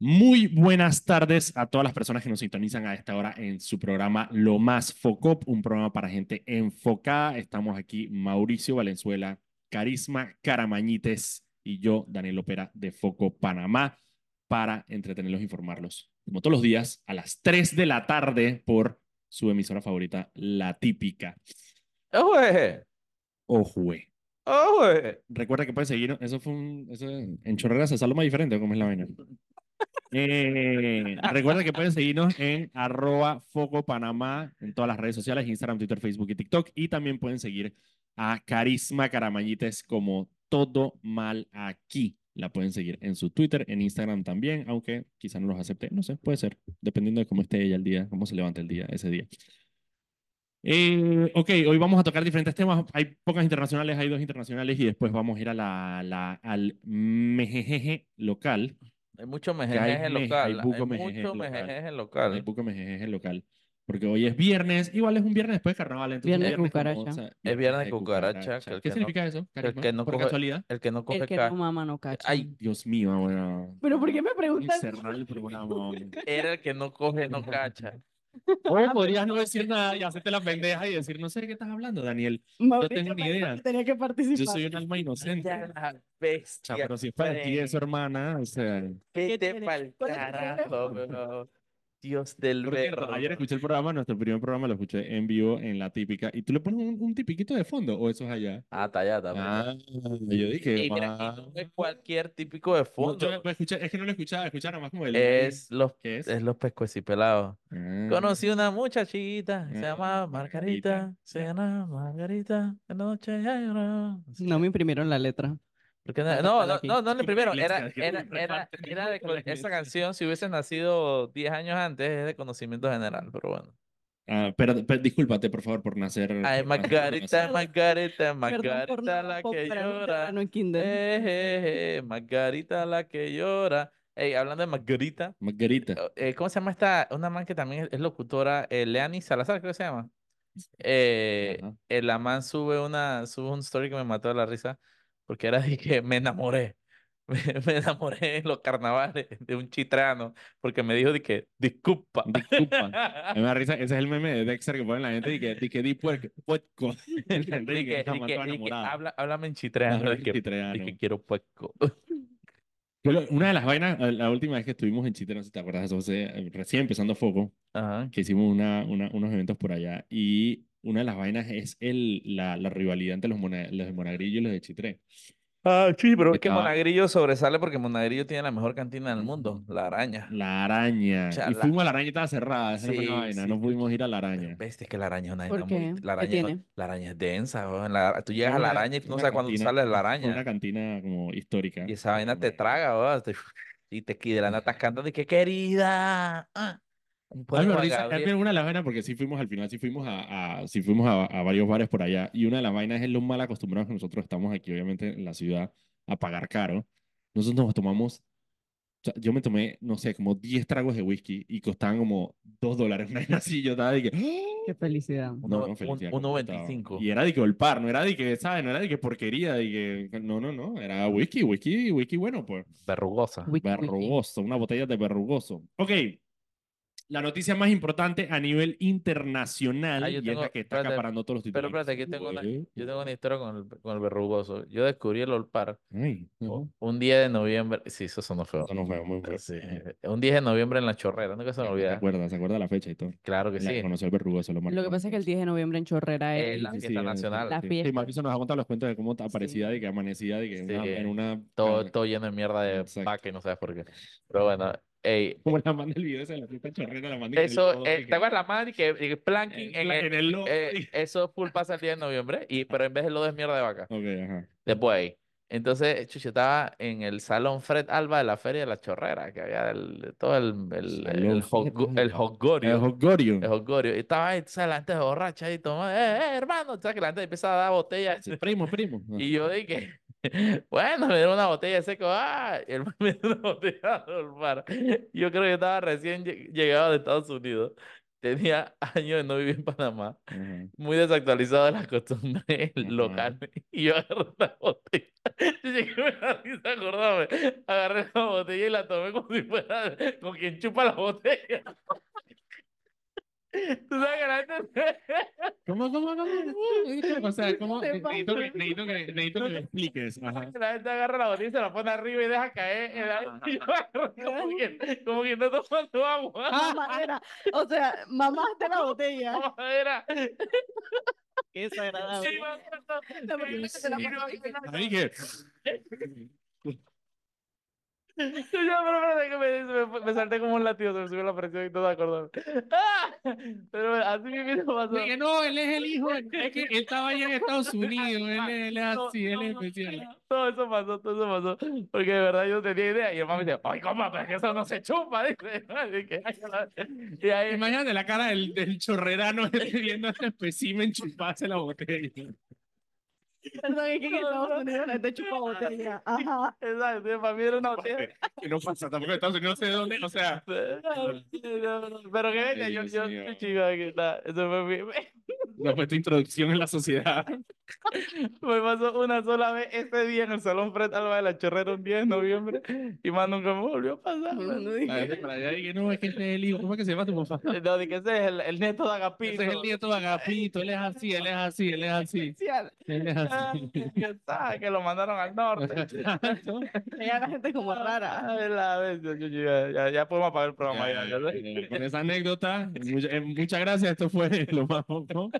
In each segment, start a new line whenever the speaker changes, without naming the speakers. Muy buenas tardes a todas las personas que nos sintonizan a esta hora en su programa Lo Más Focop, un programa para gente enfocada. Estamos aquí Mauricio Valenzuela, Carisma Caramañites y yo, Daniel Opera de Foco Panamá, para entretenerlos e informarlos, como todos los días, a las 3 de la tarde por su emisora favorita, La Típica.
¡Oye!
Ojue.
¡Oye!
Recuerda que puedes seguir, eso fue un, eso, en Chorreras se sale más diferente, ¿o ¿cómo es la vaina? Eh, recuerda que pueden seguirnos en arroba Foco Panamá en todas las redes sociales, Instagram, Twitter, Facebook y TikTok. Y también pueden seguir a Carisma Caramañites como Todo Mal Aquí. La pueden seguir en su Twitter, en Instagram también, aunque quizá no los acepte. No sé, puede ser, dependiendo de cómo esté ella el día, cómo se levante el día, ese día. Eh, ok, hoy vamos a tocar diferentes temas. Hay pocas internacionales, hay dos internacionales y después vamos a ir a la, la- al mejejeje local.
Hay mucho
hay
mejejeje
me-
local.
hay
Hay,
buco mejejeje
mucho
local.
mejejeje
Hay
local.
poco mejejeje local. Porque hoy es viernes, igual es un viernes después de carnaval. Entonces
Viernes
un como,
cucaracha.
sea,
Es viernes cucaracha, que el
¿Qué
que no-
significa eso? Carisma?
que no
Por
coge-
casualidad.
El que no coge
El que
ca-
no mama no cacha.
Ay.
Dios mío,
Ah,
bueno.
¿Pero por qué me preguntas?
Encerrar el programa. hombre.
Era el que no coge, no cacha.
O podrías no decir nada y hacerte la pendeja y decir, no sé de qué estás hablando, Daniel.
Mauricio
tengo ni
pensó
idea.
que Tenía que participar.
Yo soy un alma inocente.
Ya
O
la
sea,
bestia.
pero si es para ti
Fren.
eso, hermana, o sea.
¿Qué
¿Qué
te
tiene? ¿Cuál es el
faltará, joven? Dios del
Creo que
verbo.
ayer escuché el programa, nuestro primer programa lo escuché en vivo en la típica. ¿Y tú le pones un, un tipiquito de fondo o eso es allá?
Ah, está allá, está.
Ah, yo dije,
y mira, y no
"Wow".
es cualquier típico de
No, yo
fondo.
lo escuché- es que no lo escuchaba, escuchaba nada más como el...
es los,
¿Qué es?
es los pescuecipelados.
Ah.
Conocí una muchachita, se
Ah,
llama
Margarita.
Margarita, se llama Margarita, de noche ya lloró. Así
No
que-
me imprimieron la letra.
porque no,
Tanto
no,
para
no,
aquí.
no, no,
Como
primero,
iglesia,
era,
que
era,
no
era,
reparte
era de
ninguna
con- esa
iglesia.
canción, si hubiesen nacido 10 años antes, es de conocimiento general, pero bueno.
Ah, pero, pero discúlpate, por favor, por nacer...
Ay,
por nacer
Ah, Margarita,
con
Margarita,
Perdón por
Margarita
no
la que
comprar un
llora.
terreno en kinder.
Eh, eh, eh, Margarita la que llora. Ey, hablando de Margarita,
esa- Margarita.
eh, ¿cómo se llama esta? Una man que también es- es locutora, eh, Leani Salazar, creo que se llama. Eh,
Ajá.
eh, la man sube una, sube un story que me mató de la risa, porque era de que me enamoré. Me, me enamoré en los carnavales de un chitrano, porque me dijo de que, disculpa.
Disculpa. A mí me da risa, ese es el meme de Dexter que pone la gente y que, y que di puerco, puerco. La gente
Y
y que
que,
está
y que,
matando
y que
enamorada.
habla, háblame en
Ah,
chitrano, de que,
chitreano.
de que quiero puerco.
Yo lo- Una de las vainas, eh, la última vez que estuvimos en Chile, no sé si te acuerdas de eso, José, eh, recién empezando Foco,
Ajá.
que hicimos una, una- unos eventos por allá y una de las vainas es el, la, la rivalidad entre los, mona- los de Monagrillo y los de Chitré.
Ah, sí, pero es que
Estaba-
Monagrillo sobresale porque Monagrillo tiene la mejor cantina del mundo, la araña.
La araña.
O sea,
y
la-
fuimos a la araña y estaba cerrada, esa fue
Sí,
la vaina,
sí.
no pudimos ir a la araña.
Ves, es que la araña es una
¿Por
vaina muy-
qué?
La
¿Qué
araña,
tiene?
la araña es densa, weón, la- tú llegas a la
Una-
araña y tú no
una
sabes cuándo
cantina-
sale la
fue
araña.
Una cantina como histórica.
Y esa vaina te
Como-
traga, weón, te- y te y de la nada estás cantando y que querida. Ah, un
A mí me
poema de
risa- a mí
Gabriel.
una de las vainas, porque sí fuimos al final, sí fuimos a, a- sí fuimos a, a varios bares por allá, y una de las vainas es lo mal acostumbrados que nosotros estamos aquí, obviamente, en la ciudad, a pagar caro. Nosotros nos tomamos, o sea, yo me tomé, no sé, como 10 tragos de whisky y costaban como 2 dólares. Una vaina así, yo estaba de que,
Qué felicidad.
no,
Un-
no, felicidad
un-
completa.
1.25.
Y era de que golpar, no era de que, ¿sabes? No era de que porquería, de que, no, no, no, era whisky, whisky, whisky bueno, pues.
Verrugosa.
Wiki, wiki.
Verrugoso, una botella de verrugoso. Ok, la noticia más importante a nivel internacional
Ah,
y
yo
es
tengo-
la que está
espérate,
acaparando todos los
Pero
titulares.
espérate, que yo tengo una, yo tengo una historia con el, con el verrugoso. Yo descubrí el olpar
Ay, no,
o- un día de noviembre. Sí, eso sonó feo.
eso no fue eh. muy bueno.
Sí, Un 10 de noviembre en la chorrera, nunca se me
Se
olvida.
acuerda, se acuerda la fecha y todo.
Claro que
La
sí.
conoció el verrugoso, lo
Lo que pasa es que el 10 de noviembre en Chorrera
Eh,
es
la
sí,
fiesta
sí,
nacional.
la
Sí,
fiesta.
sí, Mauricio nos ha contado los cuentos de cómo aparecía
Sí.
y que amanecía y que en una-
Sí.
en una...
Todo, todo lleno de mierda de
Exacto.
vaca y no sabes por qué. Pero bueno, ey,
Como la manda el video ese de la fiesta chorrera, la manda en el
eso,
lodo,
eh,
y que- Eh,
¿te acuerdas la madre que el planking en
en la-
el-
en el lodo, y-
eh, eso full pasa el 10 de noviembre, y, pero en vez de lo de mierda de vaca.
Ok, ajá.
Después ahí. Entonces, chucho, estaba en el salón Fred Alba de la Feria de la Chorrera, que había el- de todo el, el, el,
Salón
josgo-
Fred
el
Alba.
josgorio.
El Hoggorio.
El josgorio. Y estaba ahí, ¿sabes? La gente borracha y tomando, eh, eh, hermano, ¿sabes? Que la gente empieza a dar botellas.
Primo, primo.
Y yo dije, bueno, me dieron una botella de seco. Ah, y el man me dio una botella de Olvar. Yo creo que estaba recién lle- llegado de Estados Unidos. Tenía años de no vivir en Panamá,
Ajá.
muy desactualizado de las costumbres
Ajá.
locales. Y yo agarré una botella. Yo llegué me da risa acordarme. Agarré la botella y la tomé como si fuera con quien chupa la botella. Tú sabes que la gente-
¿Cómo, cómo, cómo? O sea, ¿cómo?
Te
Eh, Necesito que,
pasas.
necesito que, necesito que me expliques. Ajá.
La gente agarra la botella y se la pone arriba y deja caer. en la- y yo agarro como que, como que no tomando agua.
Mamadera. O sea, mamaste la botella.
Era.
Qué desagradable.
Ahí que...
Yo ya, pero espérate que me, me, me salté como un latido, se me subió la presión y todo acordado. ¡Ah! Pero así mismo pasó.
De que no, él es el hijo, es que él estaba allá en Estados Unidos, él, él es
No,
así, él es
no,
especial.
Todo eso pasó, todo eso pasó. Porque de verdad yo no tenía idea. Y el mamá me dice, ay, cómo, pero es que eso no se chupa. Dice, Y que, "Ay, la-". Y ahí,
Imagínate la cara del, del chorrerano viendo a este espécimen chuparse la botella.
Perdón, es que en Estados Unidos la gente chupa botella. Ajá.
exacto, para mí era una botella.
Que no pasa tampoco en Estados Unidos, no sé dónde, o sea...
Pero que venga, yo,
Dios
yo,
mío.
chico, aquí está. Eso fue mi,
No fue tu introducción en la sociedad.
Me pasó una sola vez ese día en el Salón Fred Alba de la Chorrera, un 10 de noviembre, y más nunca me volvió a pasar. man.
No dije.
La gente para allá y que no, es que este es el hijo, ¿cómo es que se llama tu papá?
Eh, No, dije, ese es el, el neto de Agapito.
Ese es el nieto de Agapito, él es así, él es así, él es así,
Especial.
él es
Ah,
así.
que sabe que lo mandaron al norte. Ah,
Exacto.
Ya la gente como rara.
Ay, la vez, yo- yo- yo- ya, ya- ya podemos apagar el programa. Ya,
Ya,
ya, ya.
eh, Con esa anécdota, mucha- eh, muchas gracias, esto fue lo más poco.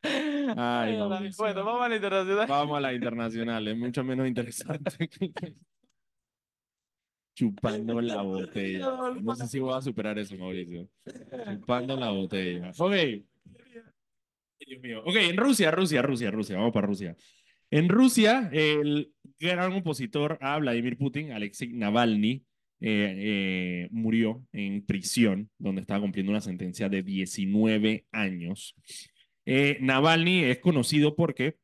Ay,
la-
Mauricio.
bueno, vamos a la internacional.
Vamos a la internacional, es mucho menos interesante. Chupando la botella. No sé si voy a superar eso, Mauricio. Chupando la botella. Ok. Ay, Dios mío. Ok, en Rusia, Rusia, Rusia, Rusia. Vamos para Rusia. En Rusia, el gran opositor a Vladimir Putin, Alexei Navalny, eh, eh, murió en prisión, donde estaba cumpliendo una sentencia de 19 años. Eh, Navalny es conocido porque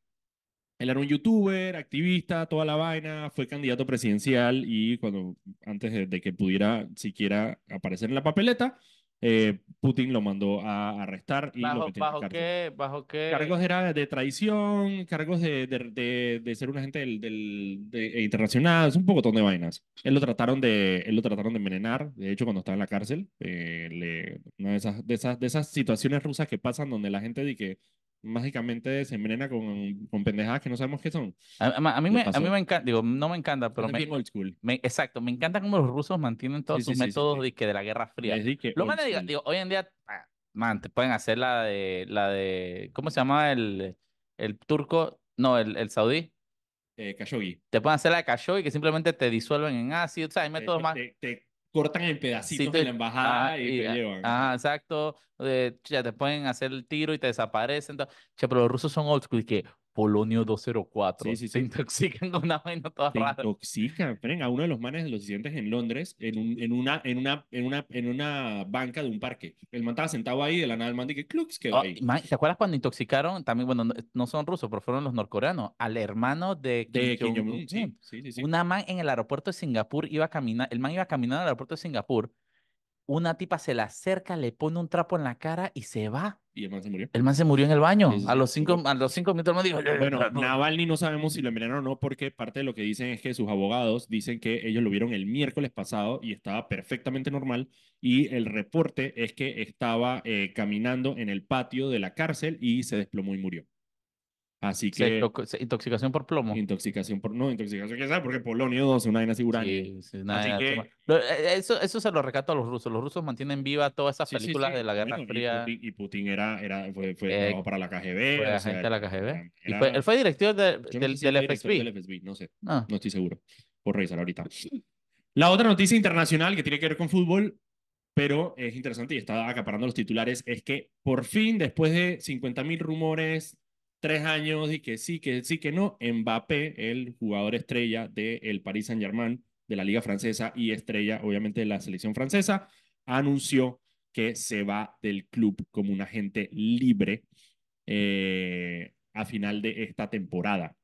él era un youtuber, activista, toda la vaina, fue candidato presidencial y cuando, antes de, de que pudiera siquiera aparecer en la papeleta, eh, Putin lo mandó a arrestar y lo
¿Bajo,
metió en la
bajo
cárcel.
qué? ¿Bajo qué?
Cargos era de traición, cargos de, de, de, de ser un agente del, del- de- eh, internacional, es un pocotón de vainas. Él lo trataron de, él lo trataron de envenenar, de hecho cuando estaba en la cárcel, eh, le- una de esas, de esas, de esas situaciones rusas que pasan donde la gente di que mágicamente se envenena con, con pendejadas que no sabemos qué son.
A, a- a mí
Le
me, a
pasó.
mí me encanta, digo, no me encanta, pero
Es
me,
bien old school.
me- exacto, me encanta cómo los rusos mantienen todos
Sí,
sus
sí, sí, sí,
métodos
sí.
de, que de la Guerra Fría.
Es di que
Lo
old
más digo,
school.
digo, hoy en día, ah, man, te pueden hacer la de, la de, ¿cómo se llama el, el turco? No, el, el saudí.
Eh, Khashoggi.
Te pueden hacer la de Khashoggi que simplemente te disuelven en ácido, o sea, hay
Te-
métodos más.
Te, te cortan en pedacitos
te-
en la embajada
ah,
y, te
ah,
llevan.
Ajá, exacto. eh, ya te pueden hacer el tiro y te desaparecen. todo. Che, pero los rusos son old school, que Polonio 204.
Sí, sí,
Te
sí.
intoxican con una vaina toda
Te
rara.
intoxican. Fren, a uno de los manes de los incidentes en Londres, en, un- en, una, en, una, en, una, en una banca de un parque. El man estaba sentado ahí, de la nada el man dije, clux, quedó
Oh,
ahí.
man, ¿te acuerdas cuando intoxicaron también, bueno, no, no son rusos, pero fueron los norcoreanos, al hermano de Kim
De Kim
Jong-un?
Jong-un, sí, sí, sí. sí.
Una man en el aeropuerto de Singapur iba a caminar, el man iba caminando al aeropuerto de Singapur, una tipa se le acerca, le pone un trapo en la cara y se va.
Y el man se murió.
El man se murió en el baño.
Sí, sí,
A
sí,
los
sí,
cinco,
loco.
a los cinco minutos el man dijo, "Ya, ya,
Bueno,
ya, no".
Navalny no sabemos si lo envenenaron o no, porque parte de lo que dicen es que sus abogados dicen que ellos lo vieron el miércoles pasado y estaba perfectamente normal. Y el reporte es que estaba eh, caminando en el patio de la cárcel y se desplomó y murió. Así
Se
que
toco- se- intoxicación por plomo.
intoxicación por no, intoxicación, ¿qué sabe? Porque Polonio 12, una vaina así uranio.
Sí, sí, nada,
Así
nada,
que-
toma. Lo- eh, eso, eso se lo recato a los rusos. Los rusos mantienen viva todas esas
Sí, sí,
películas
sí.
de la Guerra
Bueno, y
Fría.
Putin- Y Putin era, era, fue, fue
Eh,
trabajó para la KGB. o
fue
sea,
agente de la KGB.
era-
Y fue-
era-
él fue director de-
yo no
del,
sé si él
del
era director
FSB.
del FSB, no sé,
Ah.
no estoy seguro. Voy a revisar ahorita. La otra noticia internacional que tiene que ver con fútbol, pero es interesante y está acaparando los titulares, es que por fin, después de 50.000 rumores, tres años y que sí, que sí, que no, Mbappé, el jugador estrella del Paris Saint-Germain, de la Liga Francesa y estrella, obviamente, de la selección francesa, anunció que se va del club como un agente libre eh, a final de esta temporada.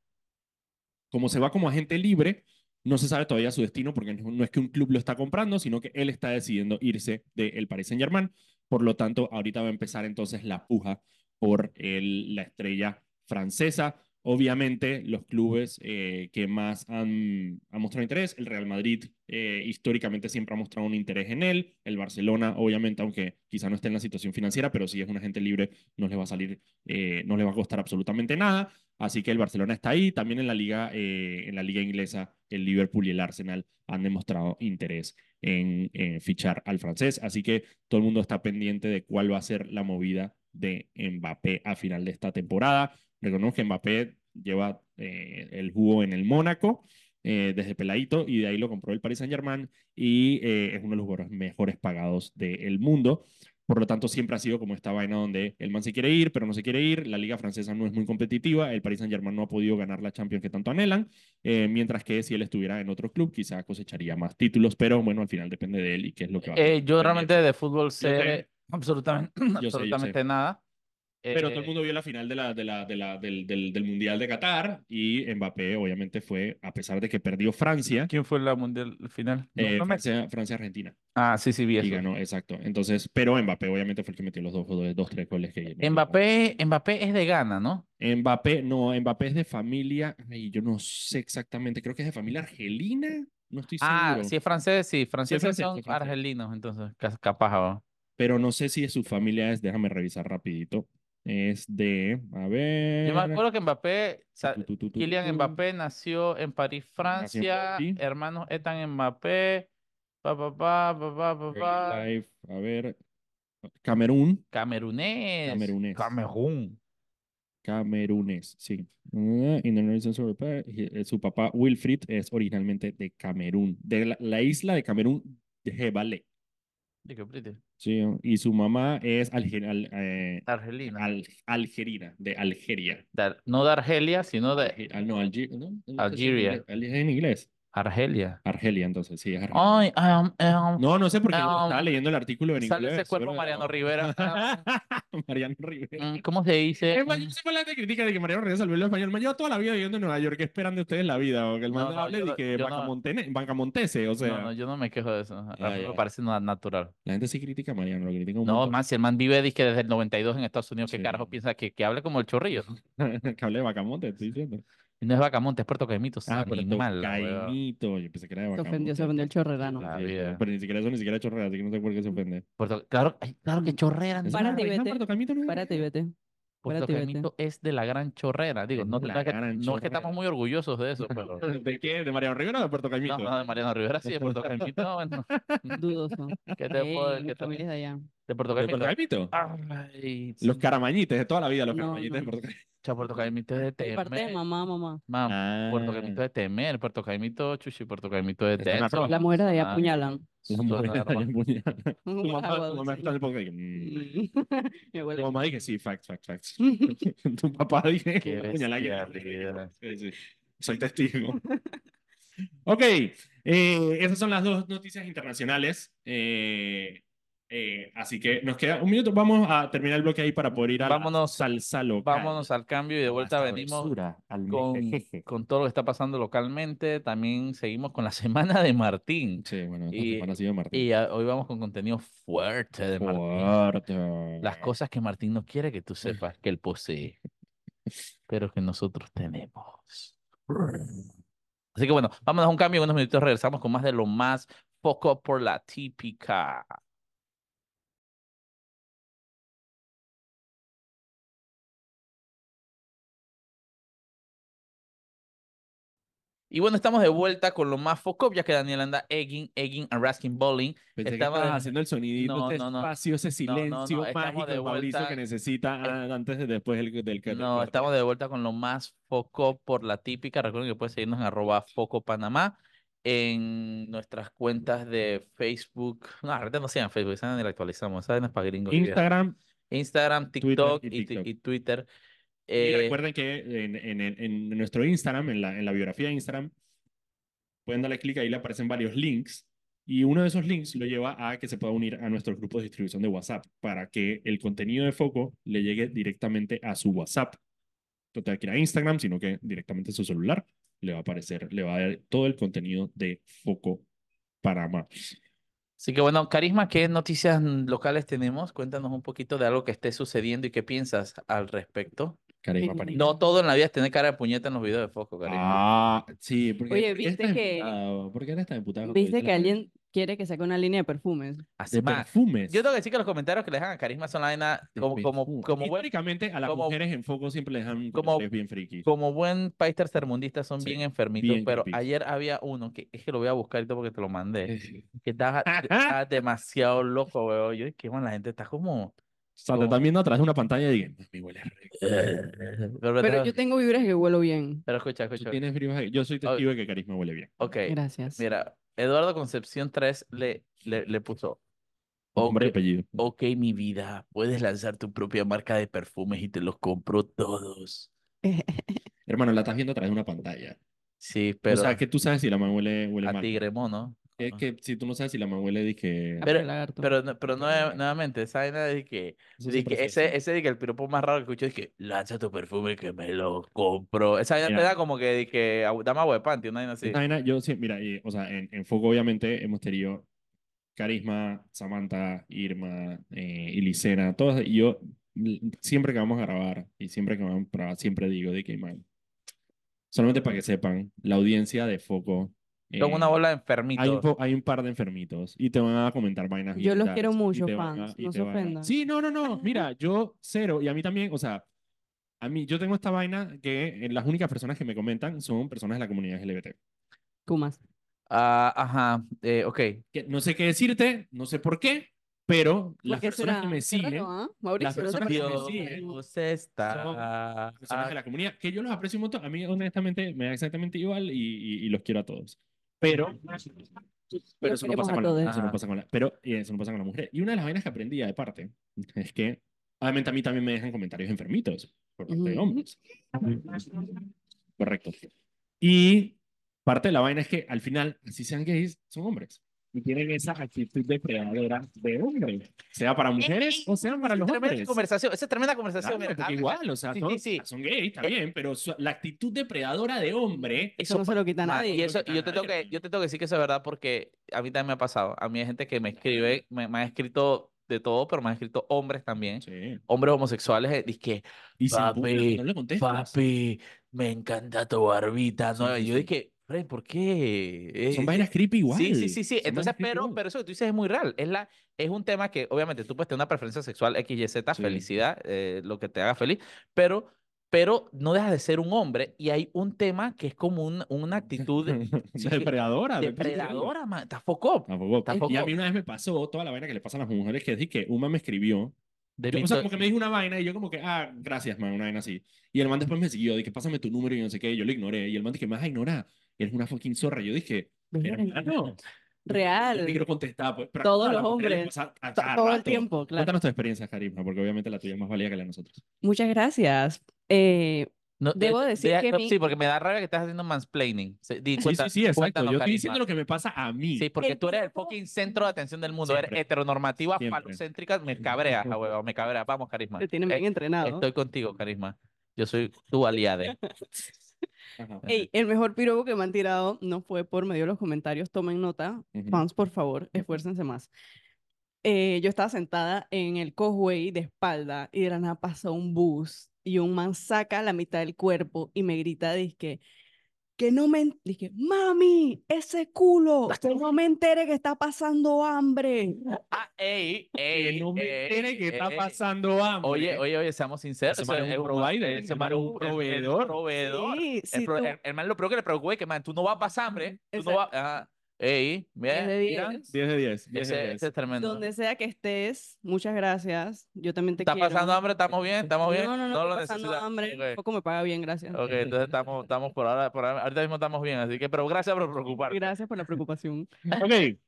Como se va como agente libre, no se sabe todavía su destino porque no, no es que un club lo está comprando, sino que él está decidiendo irse del Paris Saint-Germain Por lo tanto, ahorita va a empezar entonces la puja por el- la estrella francesa. Obviamente, los clubes eh, que más han, han mostrado interés, el Real Madrid eh, históricamente siempre ha mostrado un interés en él, el Barcelona, obviamente, aunque quizá no esté en la situación financiera, pero si es un agente libre, no le va a salir, eh, no le va a costar absolutamente nada. Así que el Barcelona está ahí. También en la liga, eh, en la liga inglesa, el Liverpool y el Arsenal han demostrado interés en eh, fichar al francés. Así que todo el mundo está pendiente de cuál va a ser la movida de Mbappé a final de esta temporada. Reconozco que Mbappé lleva eh, el jugo en el Mónaco eh, desde peladito y de ahí lo compró el Paris Saint-Germain y eh, es uno de los jugadores mejores pagados del mundo. Por lo tanto, siempre ha sido como esta vaina donde el man se quiere ir, pero no se quiere ir. La liga francesa no es muy competitiva. El Paris Saint-Germain no ha podido ganar la Champions que tanto anhelan. eh, mientras que si él estuviera en otro club, quizá cosecharía más títulos. Pero bueno, al final depende de él y qué es lo que va a hacer.
Eh, yo realmente de fútbol sé
sé.
absolutamente,
sé, yo sé.
absolutamente nada.
Pero todo
Eh,
el mundo vio la final de la, de la, de la, del, del, del Mundial de Qatar y Mbappé obviamente fue, a pesar de que perdió Francia,
¿Quién fue la mundial final? No,
eh,
no me-
Francia- Francia-Argentina
Ah, sí, sí, vi
y
eso.
ganó, exacto. Entonces, pero Mbappé obviamente fue el que metió los dos, goles- dos tres goles que metió.
Mbappé, Mbappé es de Ghana, ¿no?
Mbappé, no, Mbappé es de familia, ay, yo no sé exactamente, creo que es de familia argelina, no estoy
Ah,
seguro,
si es francés, sí, franceses
francés,
son
sí, francés.
argelinos, entonces, ca- capaz. ¿o?
pero no sé si de su familia es, déjame revisar rapidito, es de, a ver,
Yo me acuerdo que Mbappé, o sea,
tu, tu, tu, tu,
Kylian
tu.
Mbappé nació en
Nació
París,
en
Francia,
París.
hermanos Ethan Mbappé, pa, pa, pa, pa, pa,
Eh,
pa, pa,
Life, a ver, Camerún,
camerunés,
Camerunés.
Camerún.
camerunes, sí. Ah, in the Northern Europe, eh, eh, Su papá Wilfried es originalmente de Camerún, de la, la isla de Camerún, de Jebale,
Digo, espérate,
sí, y su mamá es alger- al- eh,
Argelina.
al- algerina, de Algeria.
Dar- no de Argelia, sino de
Alge- ah, no, Alge- no, no sé si es en
Algeria.
inglés. Algeria en inglés.
Argelia.
Argelia, entonces, sí, es Argelia.
Ay, am, am.
No, no sé por qué yo
Ah,
estaba leyendo el artículo en
sale ese
inglés,
cuerpo
pero-
Mariano Rivera.
Mariano Rivera.
Mm, ¿Cómo se dice?
Es más, yo
Mm,
siempre la gente critica de que Mariano Reyes salvó el español. Man, lleva toda la vida viviendo en Nueva York. ¿Qué esperan de ustedes la vida? O que el man
No, no,
hable
yo
de
no-
que
yo
Banca,
no-
Montene- Banca Montese. O sea,
No, no, yo no me quejo de eso. A
Ya,
mí
ya,
me
ya.
parece na- natural.
la gente sí critica a Mariano, lo critica un
No,
montón.
más si el man vive dizque desde el 92 en Estados Unidos, ¿qué
Sí.
carajo piensa que, que hable como el chorrillo?
que hable de Bacamonte, estoy diciendo.
Y No es Bacamonte, es Puerto Caimito, es
Ah, pero
animal, la hueva.
Caimito. Yo pensé que era de
Se
Bacamonte.
ofendió, se ofendió el chorrerano.
La
Sí,
vida.
Pero ni siquiera eso, ni siquiera chorrea, así que no sé por qué se ofende.
Puerto- Claro, ay, claro que chorrera.
Eso
¿no?
no
Párate y
Mm. es- no,
vete.
Puerto Caimito no es-
Párate y vete.
Puerto
espérate, vete.
Caimito es de la gran chorrera. Digo,
Es
no,
de
no
la
es que,
gran
no es que estamos
chorrera.
muy orgullosos de eso, pero...
¿De qué? ¿De Mariano Rivera o de Puerto Caimito?
No, no, de Mariano Rivera sí, de Puerto Caimito, bueno,
Dudoso.
¿qué te puedo
Ey,
decir?
mi
¿Qué te-
familia es de allá.
De Puerto
¿De Puerto
Caimito.
Caimito?
Ay,
Los
sí,
caramañites de toda la vida, los
No,
caramañites
no.
de Puerto Caimito.
cha, Puerto Caimito es de
De parte de
Temer,
mamá, mamá.
mam, Puerto
Ah.
Caimito de Temer, Puerto Caimito chuchi, Puerto Caimito de
Están
Denso,
arroz.
Las mujeres de allá
Ah.
apuñalan.
La
son
mujer
arroz.
de Puñal. Tu mamá, tu
Agua
mamá
dulce.
está en el podcast. mm.
Mi
Tu
abuela.
mamá dije, sí, facts, facts, facts. Tu papá dije,
Qué
una puñalada que te
bestialidad.
dije. Sí, sí. Soy testigo. Ok, eh, esas son las dos noticias internacionales. eh, eh, así que nos queda un minuto. Vamos a terminar el bloque ahí para poder ir a la
Vámonos-
salsa local.
Vámonos al cambio y de
a la
vuelta venimos
sabrosura, al
con,
mejejeje.
con todo lo que está pasando localmente. También seguimos con la semana de Martín.
Sí, bueno, esta
Y-
semana ha sido Martín.
Y ah, hoy vamos con contenido fuerte de Martín.
Fuerte. Eh.
Las cosas que Martín no quiere que tú sepas que él posee, pero que nosotros tenemos. Así que bueno, vámonos a un cambio. En unos minutos regresamos con más de lo más poco por la típica. Y bueno, estamos de vuelta con lo más foco, ya que Daniel anda egging, egging, and rasking, bowling.
Pensé
Estaba-
que estabas haciendo el sonidito,
No,
este
no, no.
espacio, ese
No, no, no,
silencio
estamos
mágico
de
de Mauricio
vuelta.
que necesita ah, antes de después del, del, del
No,
corte.
estamos de vuelta con lo más foco por la típica. Recuerden que pueden seguirnos en arroba foco panamá en nuestras cuentas de Facebook. No, ahorita no sean Facebook, esa ni la actualizamos, esa no es para gringos. idea.
Instagram.
Instagram,
Twitter y
TikTok y, ti-
TikTok.
y Twitter.
y
Eh,
recuerden que en, en, en- en nuestro Instagram, en la, en la biografía de Instagram, pueden darle clic ahí, le aparecen varios links. Y uno de esos links lo lleva a que se pueda unir a nuestro grupo de distribución de WhatsApp para que el contenido de Foco le llegue directamente a su WhatsApp. No tenga que ir a Instagram, sino que directamente a su celular le va a aparecer, le va a dar todo el contenido de Foco Panamá.
Así que bueno, Carisma, ¿qué noticias locales tenemos? Cuéntanos un poquito de algo que esté sucediendo y qué piensas al respecto.
Carisma,
Sí,
París.
No todo en la vida es tener cara de puñeta en los videos de Foco, Carisma.
Ah, sí, porque
Oye,
¿por qué
¿viste
estás
que-
emputada? ¿Por qué eres tan emputada cuando
Viste
viste
que
la-
alguien quiere que saque una línea de perfumes.
Así
de
más,
perfumes?
yo tengo que decir que los comentarios que le dejan a Carisma son la vaina
De
como, como,
perfumes.
como, buen,
uh, Históricamente, a las
como-
mujeres en foco siempre les dan
como-
comentarios bien frikis.
como buen país tercermundista son
Sí,
bien enfermitos,
bien
pero
creepy.
ayer había uno que es que lo voy a buscar y todo porque te lo mandé,
Eh,
que estaba, estaba demasiado loco, weón. Yo, que bueno, la gente está
O
como...
sea, te
como-
están viendo atrás de una pantalla y digan, mami, huele rico.
Pero,
Pero yo tengo vibras que huelo bien.
pero escucha,
Tú
escucha.
tienes frío ahí. Yo soy
Ah.
testigo de que Carisma huele bien.
Ok,
Gracias.
mira, Eduardo Concepción 3 le, le, le puso...
Hombre y
Ok,
apellido.
ok, mi vida, puedes lanzar tu propia marca de perfumes y te los compro todos.
Hermano, la estás viendo atrás de una pantalla.
Sí,
O
pero
sea, que tú sabes si la man huele, huele
a
mal.
tigre mono.
Es que si tú no sabes si la man huele, dije...
Pero-
Apio lagarto.
Pero, no- pero
Ok.
nueva- nuevamente, esa vaina de que,
Eso
de
siempre
que
se
ese,
hace.
ese de que el piropo más raro que escuché es que lanza tu perfume que me lo compro. Esa vaina me
Mira.
da como que, de que "Agu- dame agua de panty, una vaina así.
Esta vaina, yo sí, mira, y, o sea, en, en Foco obviamente hemos tenido Carisma, Samantha, Irma, eh, Ilicena, todas, y yo mm, siempre que vamos a grabar y siempre que vamos a grabar, siempre digo de que, man, solamente para que sepan, la audiencia de Foco,
Son una
eh,
bola
hay
de
un,
enfermitos.
po- hay un par de enfermitos y te van a comentar vainas
Yo
bien
los
raras,
quiero
y
mucho,
te van a-
fans,
y
no
te
se
van a-
ofendan.
Sí, no, no, no. Mira, yo cero. Y a mí también, o sea, a mí, yo tengo esta vaina que eh, las únicas personas que me comentan son personas de la comunidad LGBT.
Kumas.
Ah, ajá, eh, ok.
Que no sé qué decirte, no sé por qué, pero las
Porque
personas
será-
que me
qué raro,
siguen,
¿ah? Mauricio, no te
personas que me
pareces?
siguen
Como-
Dios está
personas de la comunidad, que yo los aprecio un montón. A mí, honestamente, me da exactamente igual y, y- y los quiero a todos. Pero, pues, pero
Los
eso no
queremos
pasa
a
con la-
todos.
eso no
Ajá.
pasa con la- pero eh, eso no pasa con la mujer. Y una de las vainas que aprendí, aparte, es que obviamente a mí también me dejan comentarios enfermitos por parte de
Ujú.
hombres. Correcto. Y parte de la vaina es que al final, así sean gays, son hombres. Y tienen esa actitud depredadora de hombre, sea para mujeres
ey,
o sea para los
Tremenda
hombres.
conversación, esa es tremenda conversación.
Claro,
mira,
porque
ah,
igual, o sea,
sí,
son,
sí, sí.
son gays, está bien, pero su- la actitud depredadora de hombre,
Eso no se lo quita a
Ma,
nadie.
Y eso,
que
y yo
está
te tengo que,
bien.
yo te tengo que decir que eso es verdad porque a mí también me ha pasado. A mí hay gente que me escribe, me, me ha escrito de todo, pero me han escrito hombres también.
sí.
Hombres homosexuales, eh, dizque,
Y se
Eh, Papi,
empujan, no le contestas.
papi, me encanta tu barbita.
Sí,
¿no? Y
sí,
yo
sí.
dije, "Fred, ¿por qué?
Son
Eh,
vainas creepy igual.
Sí, sí, sí,
Son
sí. Entonces,
vainas creepy
pero,
igual.
pero eso que tú dices es muy real. Es, la, es un tema que, obviamente, tú puedes tener una preferencia sexual X, Y, Z,
Sí.
felicidad, eh, lo que te haga feliz, pero, pero no dejas de ser un hombre y hay un tema que es como un- una actitud sí, que-
depredadora. de-
depredadora, man. Está foco.
Tampoco.
Tampoco.
Y a mí una vez me pasó toda la vaina que le pasa a las mujeres, que es de que un man me escribió.
De
Yo,
mi
o sea,
to-
como que me dijo una vaina y yo como que, ah, gracias, man, una vaina así. Y el man después me siguió, dije, pásame tu número y no sé qué, y yo lo ignoré. Y el man dije, me vas a ignorar, eres una fucking zorra. Yo dije, hermano, yo te
Real.
quiero contestar. Pues, pero a
Todos
todas
los
las mujeres les
hombres.
pasa a
To-
cada
Todo el
rato.
tiempo, claro.
Cuéntanos tu experiencia, Carisma, porque obviamente la tuya es más válida que la de nosotros.
Muchas gracias. Eh,
no, eh,
debo
de-
decir
de-
que
no,
mi-
Sí, porque me da rabia que estás haciendo mansplaining. Sí, di,
Sí,
cuenta-
sí, sí, exacto.
cuéntanos,
Yo estoy
Karisma.
diciendo lo que me pasa a mí.
Sí, porque
El
tú eres el
tipo-
fucking centro de atención del mundo. Eres
Siempre.
heteronormativa,
Siempre.
falocéntrica. Me cabrea, ah, huevón, me cabrea. Vamos, carisma.
te tienen
Eh,
bien entrenado.
Estoy contigo, carisma. Yo soy tu aliada.
Ajá.
Ey, el mejor piropo que me han tirado no fue por medio de los comentarios. Tomen nota.
Ujú.
Fans, por favor, esfuércense más. Eh, yo estaba sentada en el causeway de espalda y de la nada pasa un bus y un man saca la mitad del cuerpo y me grita, dizque, que no me... en- Dizque, mami, ese culo, que no me entere que está pasando hambre.
Ah, ey,
Que
ey,
no me
ey,
entere que está
ey.
pasando hambre.
Oye, oye, oye, seamos sinceros.
Ese man
eso
es un
un man-
provider,
ese
ese
man
man es
es
un
el- el
proveedor.
proveedor.
Sí,
El,
si
pro-
tú-
el- el man lo peor que le preocupa es que, man, tú no vas a pasar hambre. Tú no vas. Ajá. Ey, mira,
de
mira,
10.
10 de 10. 10 de
Ese,
10.
ese es tremendo.
donde sea que estés, muchas gracias. Yo también te
¿Está
quiero.
pasando hambre? ¿Estamos bien? ¿Estamos bien?
No, no, no,
lo
estoy pasando
necesitas.
hambre.
Ok.
Poco me paga bien, gracias.
Ok, entonces estamos, estamos por ahora, por ahora- ahorita mismo estamos bien, así que, pero gracias por preocuparte.
Gracias por la preocupación.
Ok.
Ey,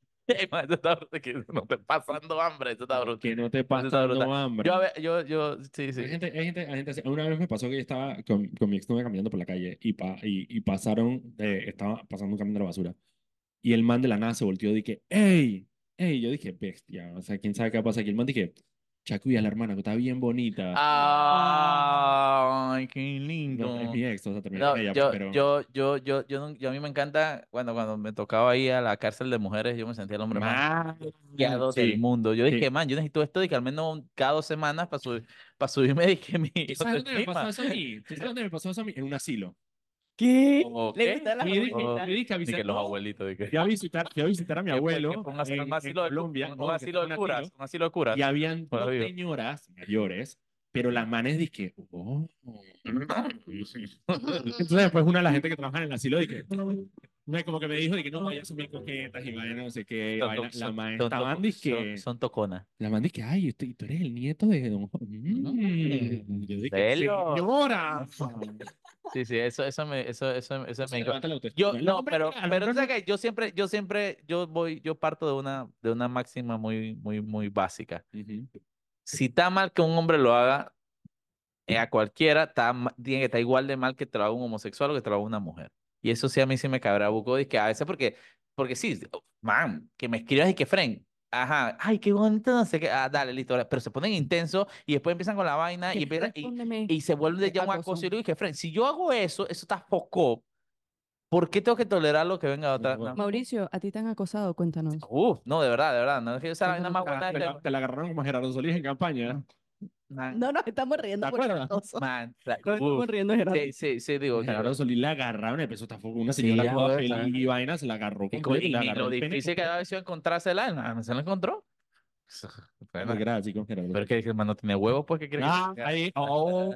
man, eso está brutal, que no te pasando hambre, eso está brutal.
Que no te
Eso está brutal.
pasando hambre.
Yo, a ver- yo, yo, sí,
Hay
sí.
gente, hay gente, hay gente así. Una vez me pasó que yo estaba con, con mi exnovia caminando por la calle y, pa- y, y pasaron, eh, estaba pasando un camión de la basura. Y el man de la nada se volteó y dije, ¡Ey! ¡Ey! Yo dije, bestia, o sea, quién sabe qué va a pasar aquí. El man dije, Chacuya, la hermana, que está bien bonita.
Ah, Ay, qué
No,
lindo.
es mi ex, o sea, terminé
No,
con ella,
yo,
pues, pero
yo, yo, yo, yo, no- yo a mí me encanta cuando, cuando me tocaba ir a la cárcel de mujeres, yo me sentía el hombre más
Man,
guiado
sí.
del mundo. Yo
sí.
dije, man, yo necesito esto de que al menos cada dos semanas para subir, para subirme dije mi
¿Tú sabes dónde me pasó
autoestima.
eso a mí? ¿Tú sabes dónde me pasó eso a mí? En un asilo.
¿Qué?
Ok.
Le gustan las
Fui de-
Oh.
fui de que a
Ni que
visitar-
los
no,
abuelitos. dije.
Fui a visitar, fui a visitar a mi
Que fue- que
abuelo
fue un as-
en,
un asilo
en
de cu-
Colombia,
un-
no,
un
que
asilo
fue un
de curas,
asilo,
un asilo de curas.
y habían
Ahora
dos
vivo.
señoras mayores, pero las manes dije, oh. Entonces después una de la gente que trabaja en el asilo dije, me- como que me dijo, dije, no, vayas son bien coquetas y vaina, no sé qué,
Son
vaina.
to-
la
son-
man
son
estaban,
toco-
dije,
son- Son toconas.
la man dije, ay, usted, tú eres el nieto de don Juan. Mm. Yo dije,
¿Serio?
señora.
Sí, sí, eso, eso me, eso, eso, eso me,
Levanta la autoestima.
Yo,
El
no,
hombre,
pero,
claro,
pero tú
el hombre
sabes que yo siempre, yo siempre, yo voy, yo parto de una, de una máxima muy, muy, muy básica.
no- Ujú.
Si está mal que un hombre lo haga eh, a cualquiera, está, ma- tiene que estar igual de mal que te lo haga un homosexual o que te lo haga una mujer. Y eso sí a mí sí me cabrá buco, que a veces porque, porque sí, oh, man, que me escribas y que fren. Ajá, ay, qué bonito, no sé qué, ah, dale, listo, ahora", pero se ponen intensos y después empiezan con la vaina y, empiezan- y,
Respóndeme.
y se vuelve
Eh,
ya un
acoso.
acoso. Y le dije, Fren, si yo hago eso, eso está foco. ¿Por qué tengo que tolerar lo que venga de otra?
Ujú.
No.
Mauricio, ¿a ti te han acosado? Cuéntanos.
Uf, no, de verdad, de verdad. No es que esa es la vaina
Cuéntanos,
más
Ah,
buena
te,
de
la, te la agarraron como Gerardo Solís en campaña.
Man,
No nos estamos riendo
¿Te
por
acuerdas?
acoso.
man, la-
Nos estamos
uf.
riendo, Gerardo.
Sí, sí, sí, digo, digo,
Gerardo Solís la agarraron, empezó esta una
Sí,
señora
ya,
toda
güey,
feliz y vaina, se la agarró
y,
con
co-
cuello y le
y
agarró
lo
el pene
difícil que había sido encontrársela, no, se la encontró.
con-
Bueno,
Muy grave, sí, con Gerardo.
pero que dije, man, no tiene huevos, ¿por qué crees
Ah,
que...
ahí. oh.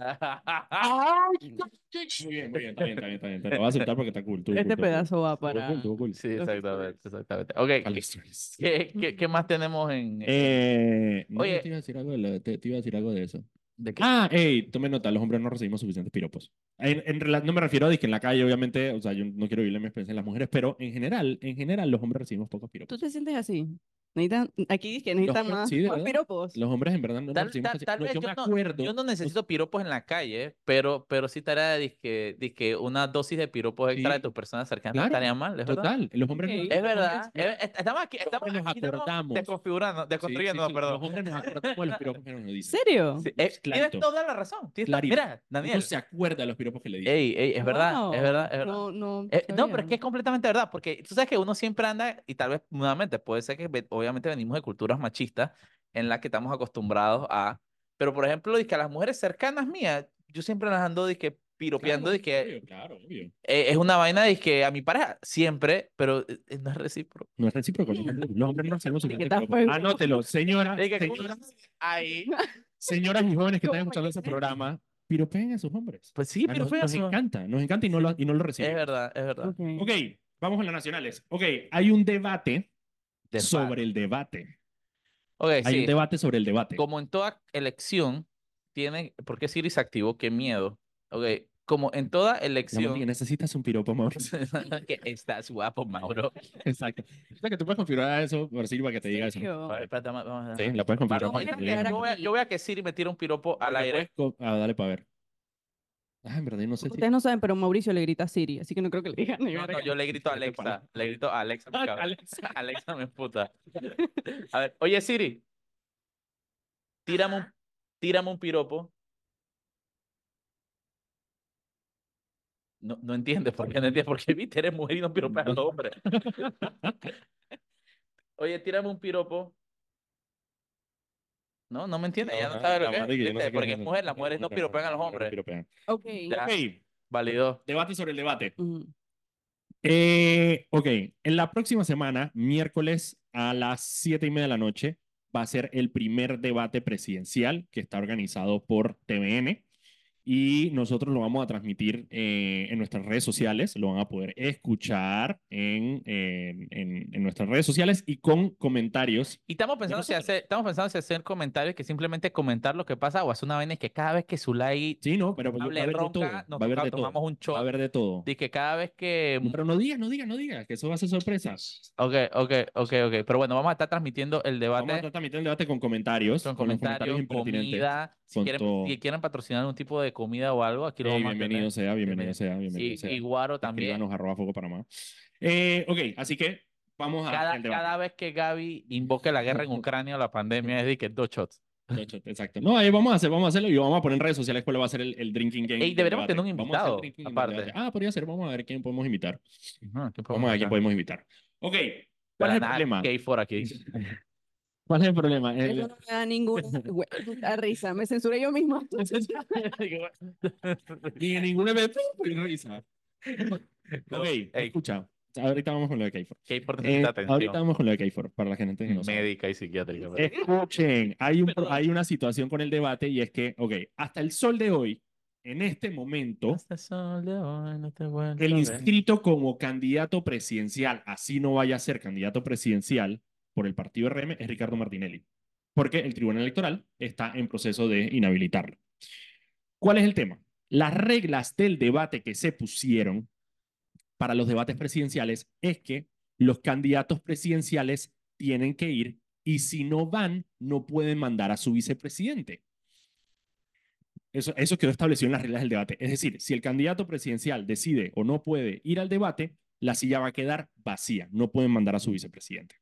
Muy bien, muy bien, está bien, está bien, está bien, está bien. Lo voy a aceptar porque está cool. estuvo cool,
Este
estuvo cool.
pedazo va
Estuvo
para...
cool, estuvo cool.
Sí,
Los
exactamente, exactamente. Ok,
Para
¿qué-
los stories.
¿qué, qué, qué más tenemos en... en-
Eh, no,
Oye.
te iba a decir algo de lo- te, te iba a decir algo de eso.
de qué?
Ah, hey, tome nota, los hombres no recibimos suficientes piropos. En, en rela- no me refiero a que en la calle, obviamente, o sea, yo no quiero vivir mi experiencia en las mujeres, pero en general, en general, los hombres recibimos pocos piropos.
¿Tú te sientes así? Necesitan, aquí dice que necesitan
Los-
más,
sí, de
más
verdad.
piropos.
Los hombres en verdad no nos
Tal,
recibimos
tal-
casi-
tal
no,
vez
yo
yo
me
no-
acuerdo.
Yo no necesito piropos en la calle, pero, pero sí tarea de disque, disque una dosis de piropos extra de
Sí.
tus personas cercanas.
Claro,
Tarea mal, es verdad.
Total, los hombres.
Ok.
no-
Es
los hombres-
verdad.
los-
es- es- estamos aquí,
los
estamos
hombres nos
aquí, estamos
acordamos.
desconfigurando, desconstruyendo,
sí, sí, sí,
perdón.
Los hombres nos acordamos de los piropos que nos
¿En
dicen.
serio?
Sí, eh, tienes
clarito.
toda la razón. tienes to-
Clarito.
Mira,
Uno
Daniel.
se acuerda de los piropos que le dicen.
Ey, ey, es verdad, es verdad, es verdad.
No, no,
Eh, no, pero es que
sabía.
es completamente verdad, porque tú sabes que uno siempre anda, y tal vez nuevamente, puede ser que ve- obviamente venimos de culturas machistas en las que estamos acostumbrados a, pero por ejemplo, dizque a las mujeres cercanas mías, yo siempre las ando dizque piropeando,
Claro,
dizque
obvio, claro, obvio.
eh, es una vaina dizque a mi pareja, siempre, pero eh, eh, no es recíproco.
No es recíproco. Los hombres los hombres no hacemos
Ni que
suficientes
estás
piropos.
fuego.
Anótelo, señora.
Dizque, ¿cómo
señora-
se dice? Ahí.
Señoras y jóvenes que están
¿Cómo
escuchando
es?
ese programa, piropeen a sus hombres.
Pues sí,
A
pero
nos,
fue
nos
eso.
encanta, nos encanta y no lo, y no lo
Es
recibimos.
verdad, es verdad.
Ok.
Ok, vamos a las nacionales. Ok, hay un debate
De
sobre el debate.
Ok,
Hay
Eh, sí.
un debate sobre el debate.
como en toda elección, tiene, ¿por qué Siri se activó? Qué miedo. Ok, como en toda
La Mónica,
elección,
necesitas un piropo, Mauricio.
que estás guapo, Mauro.
Exacto. O sea, que tú puedes configurar eso, por Silva, que te diga eso.
Sergio,
A ver, espérate, vamos- vamos a-
Sí, la puedes configurar
Mauro,
para que
ah, mira
te diga.
que
ahora
yo voy a- yo voy a que Siri me tira un piropo al
Porque
aire.
puedes co- Ah, dale para ver. Ah, en verdad, yo no sé si.
Ustedes no saben, pero Mauricio le grita a Siri, así que no creo que le digan.
No, no, yo le grito a
Vete pa'
Alexa, le grito a Alexa, me
Ah,
cabrón.
Alexa.
Alexa me puta. A ver, oye Siri, tírame un, tírame un piropo. No, no entiendes por qué, no entiendes por qué, viste, eres mujer y no piropeas a los hombres. Oye, tírame un piropo. No, no me entiendes, ella no
Ajá,
sabe lo
la
que es,
Mónica, yo no
¿viste?
sé qué
Porque
es
es
eso.
mujer, las mujeres no piropean a los hombres.
Piropean.
Ok.
Ya.
Ok,
Validó.
debate sobre el debate.
Ujú.
Eh, ok, en la próxima semana, miércoles a las siete y media de la noche, va a ser el primer debate presidencial que está organizado por TVN y nosotros lo vamos a transmitir eh, en nuestras redes sociales, lo van a poder escuchar en, en- en- en nuestras redes sociales y con comentarios.
Y estamos pensando si
nosotros.
hacer, estamos pensando si hacer comentarios que simplemente comentar lo que pasa o hacer una vaina que cada vez que Zulay
Sí, no, pero va a
hable
haber de
ronca,
todo,
nos
va a haber
toca-
de todo,
tomamos un
va a
shot.
haber de todo.
Dice que cada vez que.
Pero no digas, no digas, no digas, que eso va a ser sorpresa.
Ok, ok, ok, ok. Pero bueno, vamos a estar transmitiendo el
Vamos a
debate
transmitir el debate con comentarios,
con
con los comentarios
comentarios,
impertinentes.
comida. Si
con
quieren,
todo.
si quieren patrocinar algún tipo de comida o algo, aquí lo
Ey,
vamos a tener.
bienvenido sea, bienvenido
Bienvenido.
sea, bienvenido
Y,
sea.
y Guaro también.
Escríbanos arroba Foco Panamá. Eh, ok, así que vamos a
Cada,
el debate.
cada vez que Gaby invoque la guerra en Ucrania o la pandemia, es de que dos shots.
De hecho, exacto. No, ahí vamos a hacer, vamos a hacerlo y vamos a poner en redes sociales cuál va a ser el, el drinking game.
Ey,
del
deberíamos
debate.
tener un
Vamos a hacer el
invitado,
drinking game del
aparte.
debate. Ah, podría ser, vamos a ver quién podemos invitar.
Ajá, ¿qué podemos
Vamos a ver quién
hacer?
podemos invitar. Ok, ¿cuál
Para
es el
nada,
problema?
gay for aquí.
¿Cuál es el problema? El-
Eso no me da ninguna hue- risa. Me censuré yo misma.
Ni en ningún evento, pero risa.
No,
Ok,
ey,
escucha. Ahorita vamos con lo de K4.
gay for
Eh,
necesita atención
ahorita vamos con lo de K4 para la gente que no sabe.
médica y psiquiátrica. pero-
Escuchen, hay, un, hay una situación con el debate y es que, ok, hasta el sol de hoy, en este momento,
Hasta el sol de hoy no te vuelvo
el
a ver.
inscrito como candidato presidencial, así no vaya a ser candidato presidencial por el partido RM, es Ricardo Martinelli, porque el Tribunal Electoral está en proceso de inhabilitarlo. ¿Cuál es el tema? Las reglas del debate que se pusieron para los debates presidenciales es que los candidatos presidenciales tienen que ir y si no van, no pueden mandar a su vicepresidente. Eso, eso quedó establecido en las reglas del debate. Es decir, si el candidato presidencial decide o no puede ir al debate, la silla va a quedar vacía. No pueden mandar a su vicepresidente.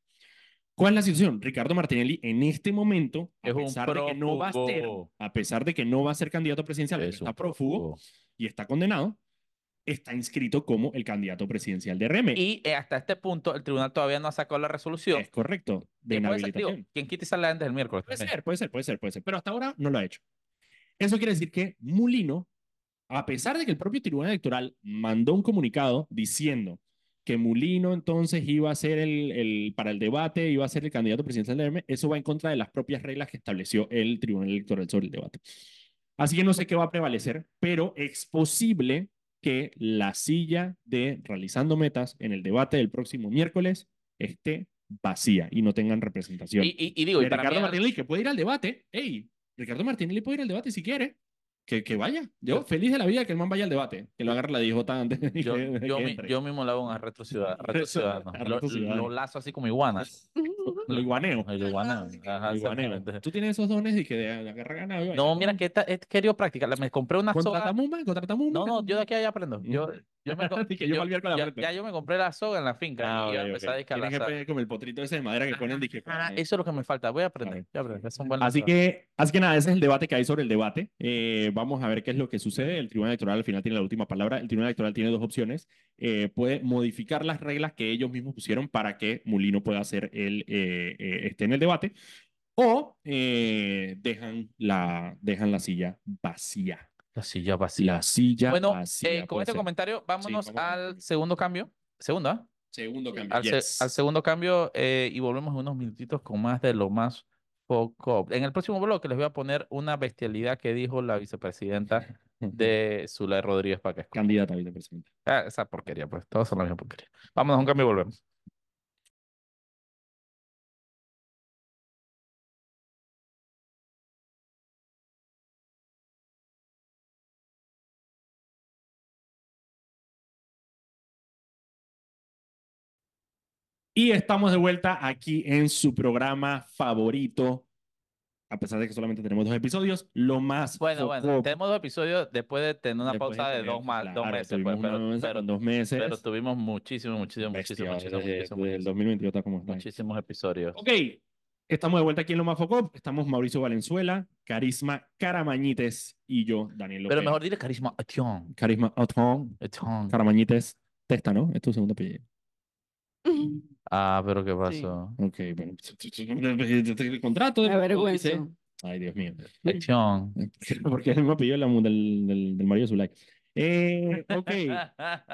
¿Cuál es la situación? Ricardo Martinelli en este momento, a
Es un
pesar de que no va a ser,
prófugo.
a pesar de que no va a ser candidato presidencial,
Es
está
un
prófugo
Oh.
y está condenado, está inscrito como el candidato presidencial de RM.
Y eh, hasta este punto, el tribunal todavía no ha sacado la resolución.
Es correcto, Eh, de
que puede ser, digo,
inhabilitación.
quien quite y sale antes del miércoles.
Puede
también.
ser, puede ser, puede ser, puede ser. Pero hasta ahora no lo ha hecho. Eso quiere decir que Mulino, a pesar de que el propio Tribunal Electoral mandó un comunicado diciendo que Mulino entonces iba a ser el, el- para el debate, iba a ser el candidato presidencial de M, eso va en contra de las propias reglas que estableció el Tribunal Electoral sobre el debate. Así que no sé qué va a prevalecer, pero es posible que la silla de realizando metas en el debate del próximo miércoles esté vacía y no tengan representación
Y, y- y digo, y
de
para mí
Ricardo
es-
Martinelli que puede ir al debate. Ey, Ricardo Martinelli puede ir al debate si quiere. Que, que vaya. Yo feliz de la vida que el man vaya al debate. Que lo agarre la DJ antes de
yo,
que- de
yo
que
mi-
entre.
yo mismo le hago un retro ciudadano.
Retro- a
Lo,
Reto Ciudadano.
lo lazo así como iguanas.
Lo iguaneo.
Lo iguana. Ajá,
Lo iguaneo.
exactamente.
Tú tienes esos dones y que de, de agarrar ganado. y vaina.
No, mira que esta, he querido practicar. Me compré una soga.
Contratamos un man, contratamos un
No,
man.
no, yo de aquí a allá aprendo. Yo, yo me, co-
Así que yo
yo-
palmear con la
ya,
frente.
ya yo me compré la soga en la finca
Ah,
y yo
ok,
empecé a
ok. Tienes que
descalazar.
poner como el potrito ese de madera que ponen. dije,
Ah,
eh.
eso es lo que me falta. Voy a aprender. voy a aprender, son buenas
Así
cosas.
que, así que nada, ese es el debate que hay sobre el debate. Eh, vamos a ver qué es lo que sucede. El Tribunal Electoral al final tiene la última palabra. El Tribunal Electoral tiene dos opciones. Eh, puede modificar las reglas que ellos mismos pusieron para que Mulino pueda hacer el, eh, eh, esté en el debate. O eh, dejan, la, dejan la silla vacía.
La silla vacía.
La silla
Bueno,
vacía.
eh, con
puede
este
ser.
comentario, vámonos
vamos al
al
cambio.
segundo cambio. Segundo, ¿ah?
Segundo cambio.
Al, se-
Yes.
al segundo cambio eh, y volvemos en unos minutitos con más de lo más poco. En el próximo bloque les voy a poner una bestialidad que dijo la vicepresidenta de Zulay Rodríguez para que escuchen.
Candidata a vicepresidenta.
Ah, esa porquería, pues todos son la misma porquería. Vámonos a un cambio y volvemos.
Y estamos de vuelta aquí en su programa favorito, a pesar de que solamente tenemos dos episodios, lo más
Bueno, bueno,
foco-
tenemos dos episodios después de tener una
después
pausa de
tener-
dos, más, dos
claro,
meses,
tuvimos
pues,
una
pero,
pausa
pero-
con dos meses.
pero tuvimos muchísimo, muchísimo, muchísimo,
Bestia,
muchísimo,
desde-
muchísimo,
desde el 2022 está como está.
muchísimos episodios.
Ok, estamos de vuelta aquí en Lo Más Focop. Estamos Mauricio Valenzuela, Carisma Caramañites y yo, Daniel López.
Pero mejor dile carisma, acción,
Carisma Otón,
acción.
Caramañites Testa, ¿no? Es tu segundo apellido.
Ah, pero ¿qué
Sí.
pasó?
Ok, bueno. El contrato.
Me
vergüenza.
avergüenzo.
Ay, Dios mío.
Acción.
Porque es el mismo apellido de la mu- del, del, del marido de Zulay. Eh, ok,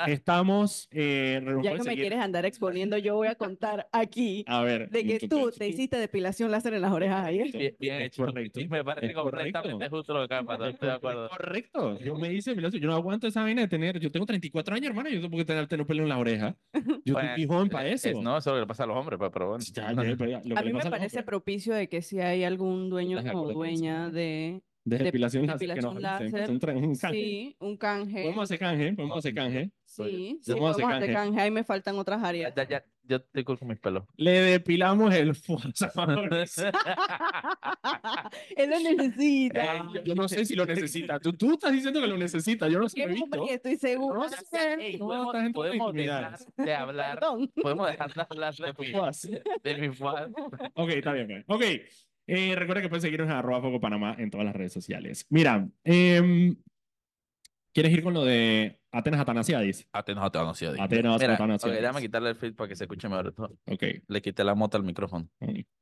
estamos. eh, nos
Ya
pueden
que me
seguir-
quieres andar exponiendo, yo voy a contar aquí
A ver.
de que tú te hiciste depilación láser en las orejas ayer.
Bien, bien
Es
hecho.
correcto,
Y me parece
es correcto.
completamente justo lo que acaba de pasar, estoy de acuerdo.
Correcto. Yo me hice, mira, yo no aguanto esa vaina de tener. Yo tengo 34 años, hermano. Yo tengo que tener, tener pelo en la oreja. Yo estoy
Bueno, eh,
muy joven para
es-
eso.
no, eso es lo que le pasa a los hombres, pues, pero, pero bueno.
Ya, ya, pero ya, lo que
A
le
mí me
pasa a los
parece
hombres.
propicio de que si hay algún dueño
Estás de
o
acuerdo con eso.
dueña de
De
de
depilación láser, que
depilación
nos avisen,
láser,
un tra- un canje.
sí, un canje,
Podemos hacer canje, podemos hacer canje.
sí, sí,
podemos hacer
podemos
canje.
hacer canje, ahí me faltan otras áreas.
Ya- ya- yo estoy cool con mis pelos.
Le depilamos el fuerza.
Él lo necesita.
Ah, yo no sé si lo necesita. Tú, tú estás diciendo que lo necesita. Yo no sé.
¿Qué
lo he
no,
visto.
porque estoy seguro.
No sé.
Ey,
No,
podemos,
estás en tus
podemos dejar
intimidades.
de hablar,
Perdón.
podemos dejar de hablar de mi,
Fuas.
de mi fuas.
Ok, está bien. bien. Ok. Eh, recuerda que pueden seguirnos en arroba Foco Panamá en todas las redes sociales. Mira, em, ¿quieres ir con lo de Atenas Atanasiadis?
Atenas, Atenas, sí, adiós.
Atenas
Mira, ok,
Atanasiadis.
déjame quitarle el feed para que se escuche mejor.
Ok.
Le quité la mota al micrófono.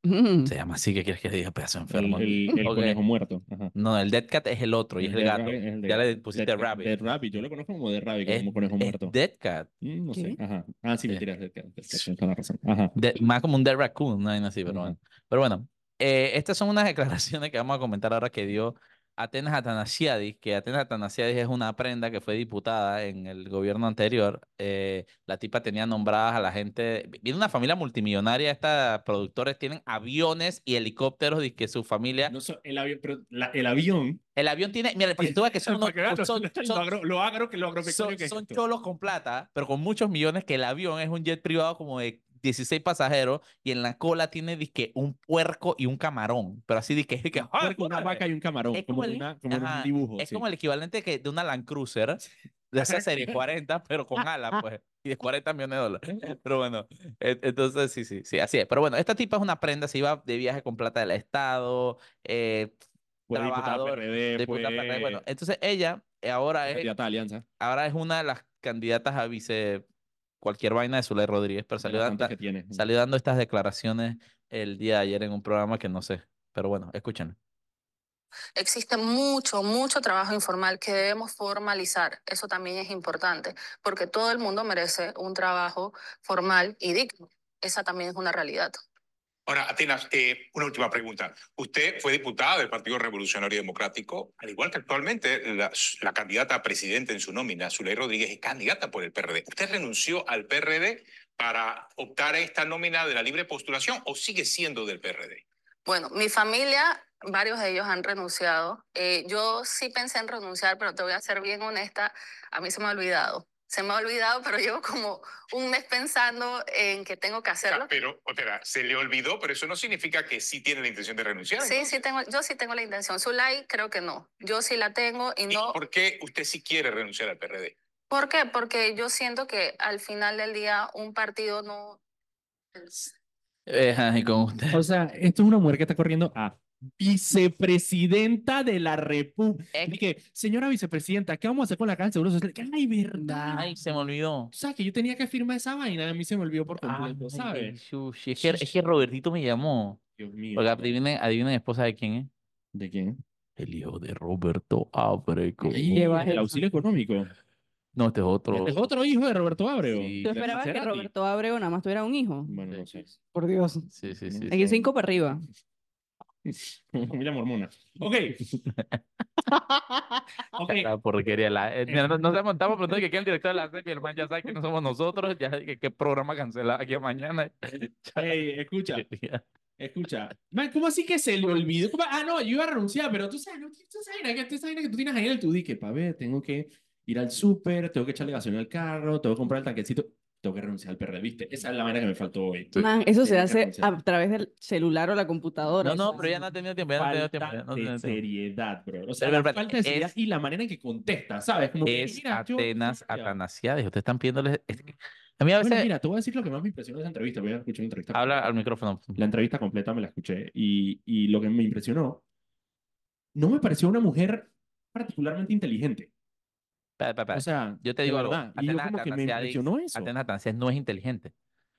Mm.
Se llama así, ¿qué quieres que diga? Pedazo de
El,
enfermo.
el, el
Ok.
conejo muerto. Ajá.
No, el Dead Cat es el otro y es el
Dead
gato.
Rabbit es el de-
Ya le pusiste
Dead Cat-
Rabbit.
Dead Rabbit, yo lo conozco como Dead Rabbit,
Es-
como conejo
Es
muerto.
Dead Cat.
Mm, no sé,
¿Qué?
ajá. Ah, sí,
Eh.
mentiras, Dead Cat, Dead Cat, tienes toda la razón. Ajá.
De- más como un Dead Raccoon, una vaina así, pero
Ajá.
bueno. Pero bueno, eh, estas son unas declaraciones que vamos a comentar ahora que dio Atenas Atanasiadis, que Atenas Atanasiadis es una prenda que fue diputada en el gobierno anterior. eh, la tipa tenía nombradas a la gente, viene una familia multimillonaria, estas productores tienen aviones y helicópteros y que su familia,
No sé, el avión, pero la- el avión.
el avión tiene, mira, para que tú veas que son unos-
Para que veas lo-
pues, son-
lo
son-
agro- lo agro que lo agropecuario
son,
que es
son
esto.
cholos con plata, pero con muchos millones, que el avión es un jet privado como de 16 pasajeros y en la cola tiene disque un puerco y un camarón, pero así disque, disque, ¡ah,
Porque una
órale!
vaca y un camarón,
Es
como,
como el-
una- como un
ajá,
dibujo.
Es
sí.
como el equivalente que de una Land Cruiser de esa serie 40, pero con alas, pues, y de 40 millones de dólares. Pero bueno, e- entonces sí, sí, sí, así es. Pero bueno, esta tipa es una prenda, se iba de viaje con plata del Estado, eh,
Fue diputada
trabajador,
PRD,
de puta
fue
plata, Bueno, entonces ella eh, ahora es
candidata de alianza.
ahora es una de las candidatas a vice cualquier vaina de Zulay Rodríguez, pero
de
salió,
las
dando-
tantas que tiene.
salió dando estas declaraciones el día de ayer en un programa que no sé, pero bueno, escuchen.
Existe mucho, mucho trabajo informal que debemos formalizar. Eso también es importante, porque todo el mundo merece un trabajo formal y digno. Esa también es una realidad.
Ahora, Atenas, eh, una última pregunta. Usted fue diputada del Partido Revolucionario Democrático, al igual que actualmente la, la candidata a presidente en su nómina, Zuley Rodríguez, es candidata por el PRD. ¿Usted renunció al PRD para optar a esta nómina de la libre postulación o sigue siendo del PRD?
Bueno, mi familia, varios de ellos han renunciado. Eh, yo sí pensé en renunciar, pero te voy a ser bien honesta, a mí se me ha olvidado. Se me ha olvidado, pero llevo como un mes pensando en que tengo que hacerlo.
Pero, espera, se le olvidó, pero eso no significa que sí tiene la intención de renunciar.
Sí, sí tengo, yo sí tengo la intención. Zulay creo que no. Yo sí la tengo y
¿Y
no.
por qué usted sí quiere renunciar al PRD?
¿Por qué? Porque yo siento que al final del día un partido no... pues,
Eh, y con usted.
O sea, esto es una mujer que está corriendo a vicepresidenta de la República.
Es que-
señora vicepresidenta, ¿qué vamos a hacer con la caja del Seguro Social? Que, Ay, verdad.
Ay, se me olvidó.
O sea, que yo tenía que firmar esa vaina, a mí se me olvidó por completo,
Ay,
¿sabes?
chuchi, Es que, es que Robertito me llamó.
Dios mío.
Porque adivinen, adivinen esposa de quién es.
¿De quién? eh.
El hijo de Roberto Abrego.
Ahí
lleva
es el
eso.
auxilio económico.
No, este es otro.
Es otro hijo de Roberto Abreu.
Sí.
¿Tú
De
esperabas que
Maserati.
Roberto Abreu nada más tuviera un hijo?
Bueno, no sé.
Por Dios.
Sí, sí,
No
sí.
sé.
Aquí cinco para arriba.
Familia mormona. Ok. Ok.
La porquería. La, eh, mira, no, no se montamos, pero entonces que aquí el director de la serie, el man ya sabe que no somos nosotros, ya que qué programa cancelado aquí a mañana.
Ey, escucha, escucha. Man, ¿cómo así que se le olvidó? ¿Cómo? Ah, no, yo iba a renunciar, pero tú sabes, no, tú sabes, que, tú sabes que tú tienes ahí en el tu dije, pa' ver, tengo que ir al súper, tengo que echarle gasolina al carro, tengo que comprar el tanquecito, tengo que renunciar al PRD, ¿viste? Esa es la manera que me faltó hoy.
Man, eso se
Tenía que
hace
renunciar.
a través del celular o la computadora.
No,
o
no,
sea,
pero ya no ha tenido tiempo, ya no ha tenido tiempo.
Falta
ya no ha
de
tenido tiempo.
seriedad, bro. O sea,
Pero,
la
pero,
falta de seriedad
es-
y la manera en que contesta, ¿sabes? Como que,
Es
mira, yo-
Atenas
mira,
Atanasiades. Ustedes están pidiéndole. es que- A mí a
Bueno,
veces
mira, te voy a decir lo que más me impresionó de esa entrevista. Voy a escuchar una entrevista.
habla al micrófono.
La entrevista completa me la escuché y, y lo que me impresionó, no me pareció una mujer particularmente inteligente.
Pa, pa, pa.
O sea,
Yo te
de
digo algo.
verdad. Y yo
Atenas
como que me
Atanasiades-
impresionó eso.
Atenas Atanasiades no es inteligente.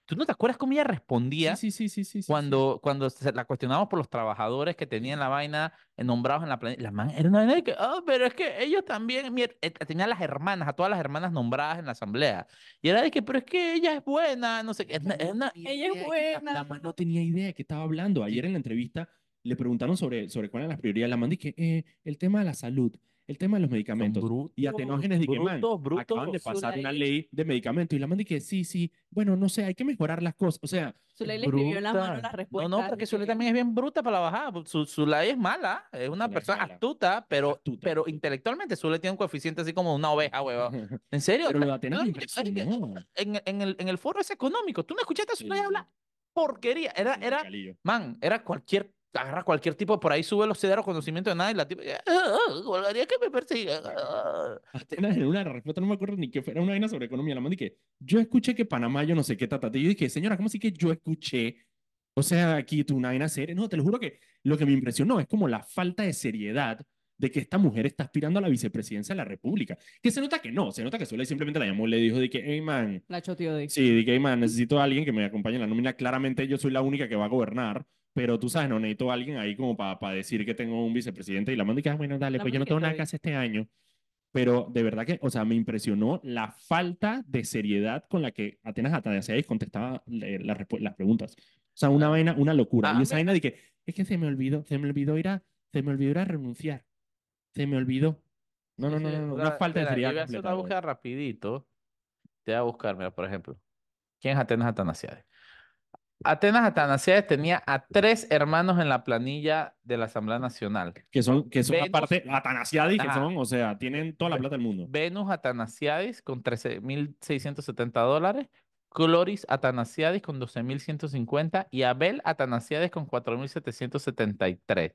¿Tú no te acuerdas cómo ella respondía?
Sí, sí, sí, sí, sí, sí, sí.
Cuando, cuando se la cuestionamos por los trabajadores que tenían la vaina eh, nombrados en la planilla, la man era una vaina de que, ah, pero es que ellos también, mier- eh, tenía a las hermanas, a todas las hermanas nombradas en la asamblea. Y era de que, pero es que ella es buena, no sé qué. Es una- es una-
Ella es
La, la
buena.
man no tenía idea de qué estaba hablando. Ayer en la entrevista le preguntaron sobre, sobre cuáles eran las prioridades. La man dije, eh, el tema de la salud, el tema de los medicamentos. y Atenógenes dije, man,
brutos, brutos,
acaban de
basura.
pasar una ley de medicamentos y la man dije, sí, sí, bueno, no sé, hay que mejorar las cosas. O sea,
Zuley le escribió en la mano
bruta.
las
No,
respuestas.
no, porque Zulay
de-
también es bien bruta para la bajada. pues, Su, Zulay es mala, es una
Zulay es
persona
mala,
astuta, pero,
astuta.
pero intelectualmente Zulay tiene un coeficiente así como una oveja, huevón. ¿En serio?
pero lo de
No,
Atenas me
yo- es que-
impresionó.
en, el- en el, en el foro ese económico. Tú no escuchaste a
Sí,
Zulay
sí.
hablar porquería. Era,
Sí,
era,
Calillo.
man, era cualquier, agarra cualquier tipo por ahí, sube los cederos conocimiento de nada y la tipa, "Ah, ah, guardaría que me persiga. ah".
Atenas en una respuesta, no me acuerdo ni qué fue, era una vaina sobre economía. La man dije, yo escuché que Panamá, yo no sé qué, tatati. Yo dije, señora, ¿cómo así que yo escuché? O sea, aquí tú una vaina seria. No, te lo juro que lo que me impresionó es como la falta de seriedad de que esta mujer está aspirando a la vicepresidencia de la República. Que se nota que no, se nota que Zulay simplemente la llamó y le dijo de que, hey man,
La choteó de
sí, de que, hey man, necesito a alguien que me acompañe en la nómina. Claramente yo soy la única que va a gobernar, pero tú sabes, no necesito a alguien ahí como para decir que tengo un vicepresidente y la manda y que, ah, bueno, dale,
La
pues yo no
manda y que
tengo nada
estoy.
que hacer este año. Pero de verdad que, o sea, me impresionó la falta de seriedad con la que Atenas Atanaseais contestaba eh, las respu- las preguntas. O sea, una vaina, una locura.
Ah,
y esa
mira.
vaina de que, es que se me olvidó, se me olvidó ir a, se me olvidó ir a renunciar. Se me olvidó. No, no, no,
Dice,
no, no,
o sea,
una falta de
espera, yo
seriedad
voy a hacer
completa,
una
bro.
búsqueda rapidito. Te voy a buscar, mira, por ejemplo. ¿Quién es Atenas Atanasiades? Atenas Atanasiades tenía a tres hermanos en la planilla de la Asamblea Nacional.
Que son, que son
Venus.
aparte, Atanasiadis, que
Ajá. Eh,
son, o sea, tienen toda la plata del mundo.
Venus Atanasiadis con 13.670 dólares, Cloris Atanasiadis con 12.150 y Abel Atanasiadis con 4.773.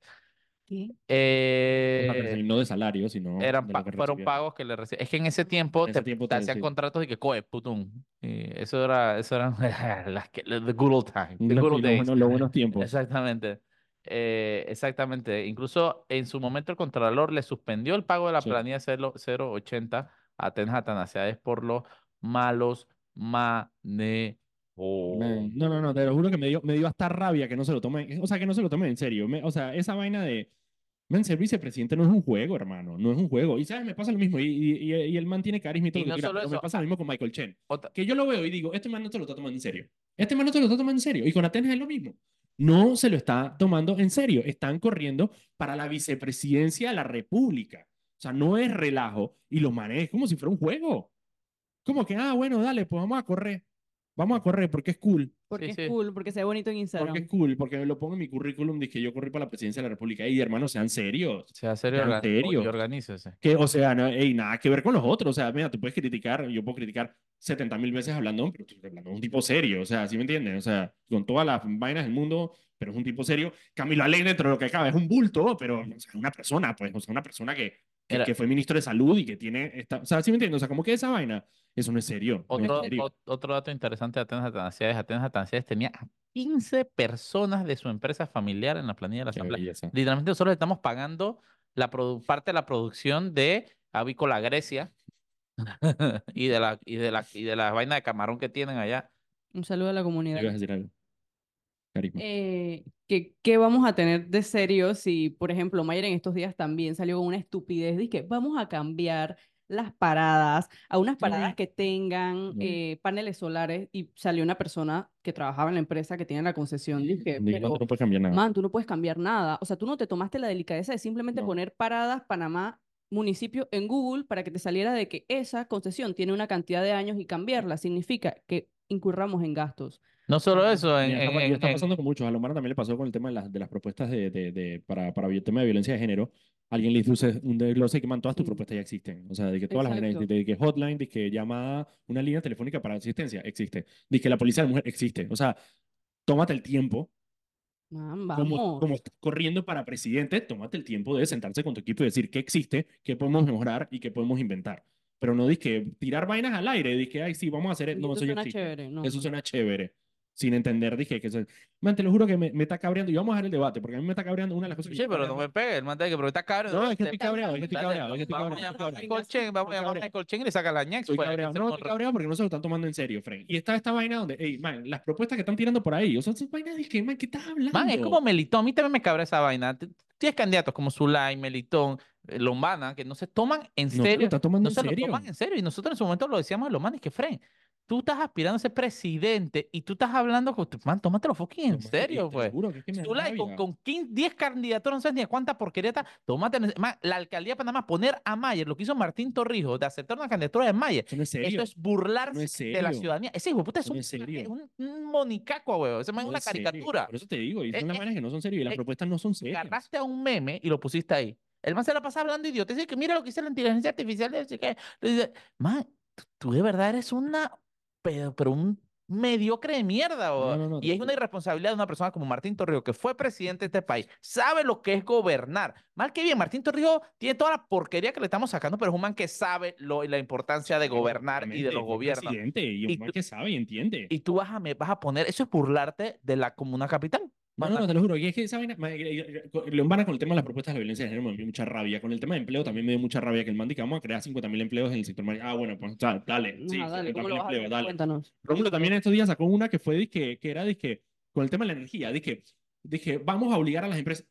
¿Qué?
Eh,
Atanasiadis, no de salario, sino
eran
de
pa-
lo que
fueron
recibían.
pagos que le recibían. Es que en ese tiempo
En
te,
ese tiempo
te
te-
hacían
sí.
contratos y que coe, putum. Y eso era, eso eran las que- the good old time, the
Los,
good
los
old days.
buenos, los buenos tiempos.
Exactamente. Eh, exactamente. Incluso en su momento el Contralor le suspendió el pago de la
Sí.
planilla 0, 080 a Atenas Atanasiades por los malos manejos.
Man, No, no, no, te lo juro que me dio, me dio hasta rabia que no se lo tomen, o sea, que no se lo tomen en serio. Me- o sea, esa vaina de, man, ser vicepresidente no es un juego, hermano, no es un juego. Y sabes, me pasa lo mismo, y, y, y- y el man tiene carisma y todo lo
Y
que
no
quiera,
solo
pero me
eso,
pasa lo mismo con Michael Chen.
Otra-
Que yo lo veo y digo, este man no te lo está tomando en serio. Este man no te lo está tomando en serio. Y con Atenas es lo mismo. No se lo está tomando en serio. Están corriendo para la vicepresidencia de la República. O sea, no es relajo. Y lo maneja como si fuera un juego. Como que, ah, bueno, dale, pues vamos a correr. Vamos a correr porque es cool.
Porque
Sí,
es
sí.
cool, porque se ve bonito en Instagram.
Porque es cool, porque lo pongo en mi currículum, dije yo corrí para la presidencia de la República. Y hermanos, sean serios.
sea serio,
Sean
orga- y
serios.
organícese.
Que, o sea, no, ey, nada que ver con los otros. O sea, mira, tú puedes criticar, yo puedo criticar 70 mil veces hablando, pero estoy hablando de un tipo serio. O sea, ¿sí me entienden? O sea, con todas las vainas del mundo, pero es un tipo serio. Camilo Alegre, dentro de lo que acaba, es un bulto, pero o sea, una persona, pues, o sea, una persona que, que,
Mira.
que fue ministro de salud y que tiene esta. O sea, ¿sí me entienden? O sea, como que esa vaina, eso no es serio. no es
Otro,
serio.
ot- otro dato interesante de Atenas Atanasiades, Atenas Atanasiades tenía a 15 personas de su empresa familiar en la planilla de la
Qué
Asamblea.
belleza.
Literalmente nosotros estamos pagando la produ- parte de la producción de Avícola Grecia y de la y de la y de las vainas de camarón que tienen allá.
Un saludo a la comunidad.
Ibas a decir algo. Carisma.
Eh, ¿qué, qué vamos a tener de serio si, por ejemplo, Mayer en estos días también salió con una estupidez? Dice que vamos a cambiar las paradas a unas paradas que tengan
No.
eh, paneles solares y salió una persona que trabajaba en la empresa que tiene la concesión. Dije,
Digo,
pero,
no puedes cambiar nada.
man, tú no puedes cambiar nada. O sea, tú no te tomaste la delicadeza de simplemente
No.
poner paradas Panamá municipio en Google para que te saliera de que esa concesión tiene una cantidad de años y cambiarla significa que incurramos en gastos.
No solo eso, en,
Mira, está,
en-
pa-
en-
está
en-
pasando con muchos. A Lomana también le pasó con el tema de las, de las propuestas de, de, de- para, para el tema de violencia de género. Alguien le hizo un- un desglose que man, todas tus
Sí.
propuestas ya existen. O sea, de que todas las vainas,
Exacto.
de que hotline, de que llamada, una línea telefónica para asistencia, existe. De que la policía de la mujer existe. O sea, tómate el tiempo.
Man,
Como,
vamos.
como estás corriendo para presidente, tómate el tiempo de sentarse con tu equipo y decir qué existe, qué podemos mejorar y qué podemos inventar. Pero no que tirar vainas al aire, dizque, ay, sí, vamos a hacer,
Oye,
no,
esto
eso ya
suena
existe.
chévere, no.
Eso suena chévere. Sin entender, dije que eso. Man, te lo juro que me, me está cabreando. Y vamos a dejar el debate, porque a mí me está cabreando una de las cosas que
Sí,
me
pero
está
no me
cabreando.
pegue, el man de que pero está cabrón.
No, es que
Te-
estoy cabreado, es que estoy
Dale,
cabreado, es que estoy
Vamos a
cabreado,
llamar a
estoy
Michael Chen, vamos a
Estoy
llamar a
cabreado.
Michael Chen y le saca la ñex,
Estoy
pues, que
cabreado.
se
No,
corra.
estoy cabreado porque no se lo están tomando en serio, Frank. Y está esta vaina donde, ey, man, las propuestas que están tirando por ahí. O sea, esas vainas, dije, man, ¿qué estás hablando?
Man, es como Melitón, a mí también me cabrea esa vaina. T- Tienes candidatos como Zulay, Melitón, eh, Lombana, que no se toman en
No se lo
serio.
está tomando
No
en
se lo
serio.
toman en serio. Y nosotros en su momento lo decíamos a los manes que, Fren, tú estás aspirando a ser presidente y tú estás hablando con tu man, tómatelo fucking en
Tomás,
serio,
te
pues.
juro que es que me da
Tú la- con,
rabia.
con 15, 10 candidaturas, no sabes ni de cuánta porquería está. Tómate, en- man, la alcaldía de Panamá, poner a Mayer, lo que hizo Martín Torrijos, de aceptar una candidatura de Mayer.
Eso no es serio.
Eso es burlarse
No es
de la
serio.
ciudadanía. Ese hijo de puta es
Eso
un,
no es serio.
un, un monicacua, weón. Ese man es
No
una
es serio.
caricatura.
Por eso te digo, y
Eh,
son las
eh,
vainas que no son serias y las
eh,
propuestas no son serias.
agarraste a un meme y lo pusiste ahí. El man se la pasa hablando idiotez y que mira lo que hizo la inteligencia artificial. no sé qué. Le dice, Man, tú- tú de verdad eres una, pero, pero un mediocre de mierda. o-
No, no, no,
y es una irresponsabilidad de una persona como Martín Torrijos, que fue presidente de este país, sabe lo que es gobernar. Mal que bien, Martín Torrijos tiene toda la porquería que le estamos sacando, pero es un man que sabe lo, la importancia de gobernar y de los
Obviamente, fue
gobiernos.
presidente, y un
Y
man
tú-
que sabe y entiende.
Y tú vas a, me vas a poner, eso es burlarte de la comuna capital.
No, no, no, te lo juro. Y es que esa vaina, ma- eh, eh, con- León Vara con el tema de las propuestas de la violencia de género me dio mucha rabia. Con el tema de empleo también me dio mucha rabia que el man diga, vamos a crear 50.000 empleos en el sector marítimo. Ah, bueno, pues da- dale, sí,
Ajá, dale, ¿cómo lo vas
50.000
a
empleos,
hacer?
dale.
Cuéntanos.
Rómulo también estos días sacó una que fue, dizque, que era, dizque, con el tema de la energía, dije, dije, vamos a obligar a las empresas.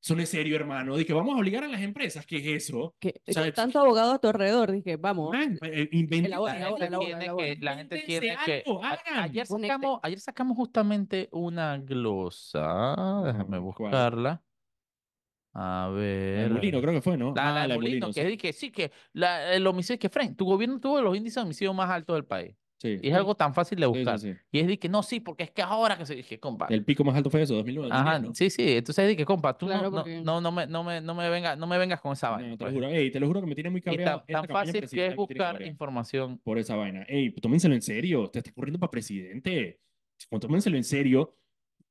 Son en serio, hermano. Dije, vamos a obligar a las empresas. ¿Qué es eso?
Que,
O sea,
eh, tanto abogado a tu alrededor, dije, vamos.
Man, eh, inventen-
Elabora,
La
elabora,
gente
elabora,
tiene
elabora.
que- la gente
Invéntense
tiene que.
algo,
a-
hagan,
ayer,
conecten.
sacamos, ayer sacamos justamente una glosa. Déjame
Mm, ¿cuál?
buscarla. A
La del
ver.
Ah, Molino, creo que fue, ¿no?
La, la
Ah,
del
la del
Molino,
Molino,
que, di que sí, que la- el homicidio, que Fren, tu gobierno tuvo los índices de homicidio más altos del país.
sí.
Y es algo tan fácil de
Sí, sí,
buscar.
sí.
Y es de que no, sí, porque es que ahora que se dije, compa.
El pico más alto fue eso, 2009.
Ajá,
2010, ¿no?
sí, sí. Entonces dije, compa, tú no-
Claro,
no,
porque-
no, no me, no me, no me vengas, no me vengas con esa vaina.
No, te lo
pues.
juro. Ey, te lo juro que me tiene muy
Y
cabreado.
tan,
esta
tan
campaña
fácil que
presidencial me
es
tiene
buscar
cabreado
información.
por esa vaina. Ey, tómenselo en serio. Te está corriendo para presidente. Tipo, Tómenselo en serio.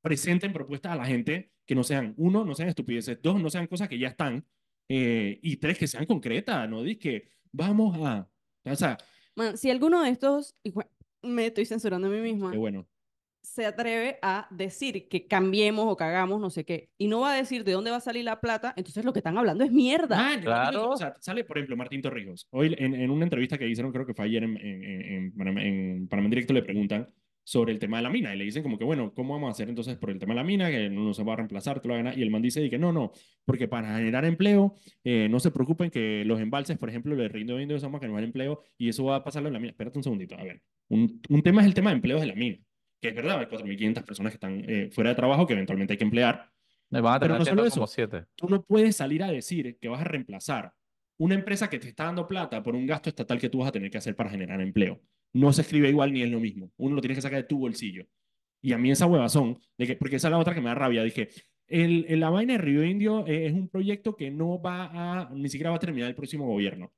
Presenten propuestas a la gente que no sean, uno, no sean estupideces, dos, no sean cosas que ya están, eh, y tres, que sean concretas. No digas que vamos a. O sea,
Man, si alguno de estos, hijo- me estoy censurando a mí misma,
qué bueno.
se atreve a decir que cambiemos o cagamos, no sé qué, y no va a decir de dónde va a salir la plata, entonces lo que están hablando es mierda.
Man,
Claro.
Ah, o sea, sale, por ejemplo, Martín Torrijos. Hoy, en, en una entrevista que hicieron, creo que fue ayer en, en, en- en Panamá, en Panamá en Directo, le preguntan sobre el tema de la mina. Y le dicen como que, bueno, ¿cómo vamos a hacer entonces por el tema de la mina? Que no se va a reemplazar, tú la ganas. Y el man dice de que no, no, porque para generar empleo, eh, no se preocupen que los embalses, por ejemplo, le rindo viendo eso vamos a generar empleo y eso va a pasarlo en la mina. Espérate un segundito, a ver. Un, un tema es el tema de empleos de la mina. Que es verdad, hay 4.500 personas que están eh, fuera de trabajo que eventualmente hay que emplear.
Me van a
Pero
tener
no solo
haciendo
eso.
como siete.
Tú no puedes salir a decir que vas a reemplazar una empresa que te está dando plata por un gasto estatal que tú vas a tener que hacer para generar empleo. No se escribe igual ni es lo mismo. Uno lo tienes que sacar de tu bolsillo. Y a mí esa huevazón, de que, porque esa es la otra que me da rabia. Dije, el, el- la vaina de Río Indio eh, es un proyecto que no va a, ni siquiera va a terminar el próximo gobierno.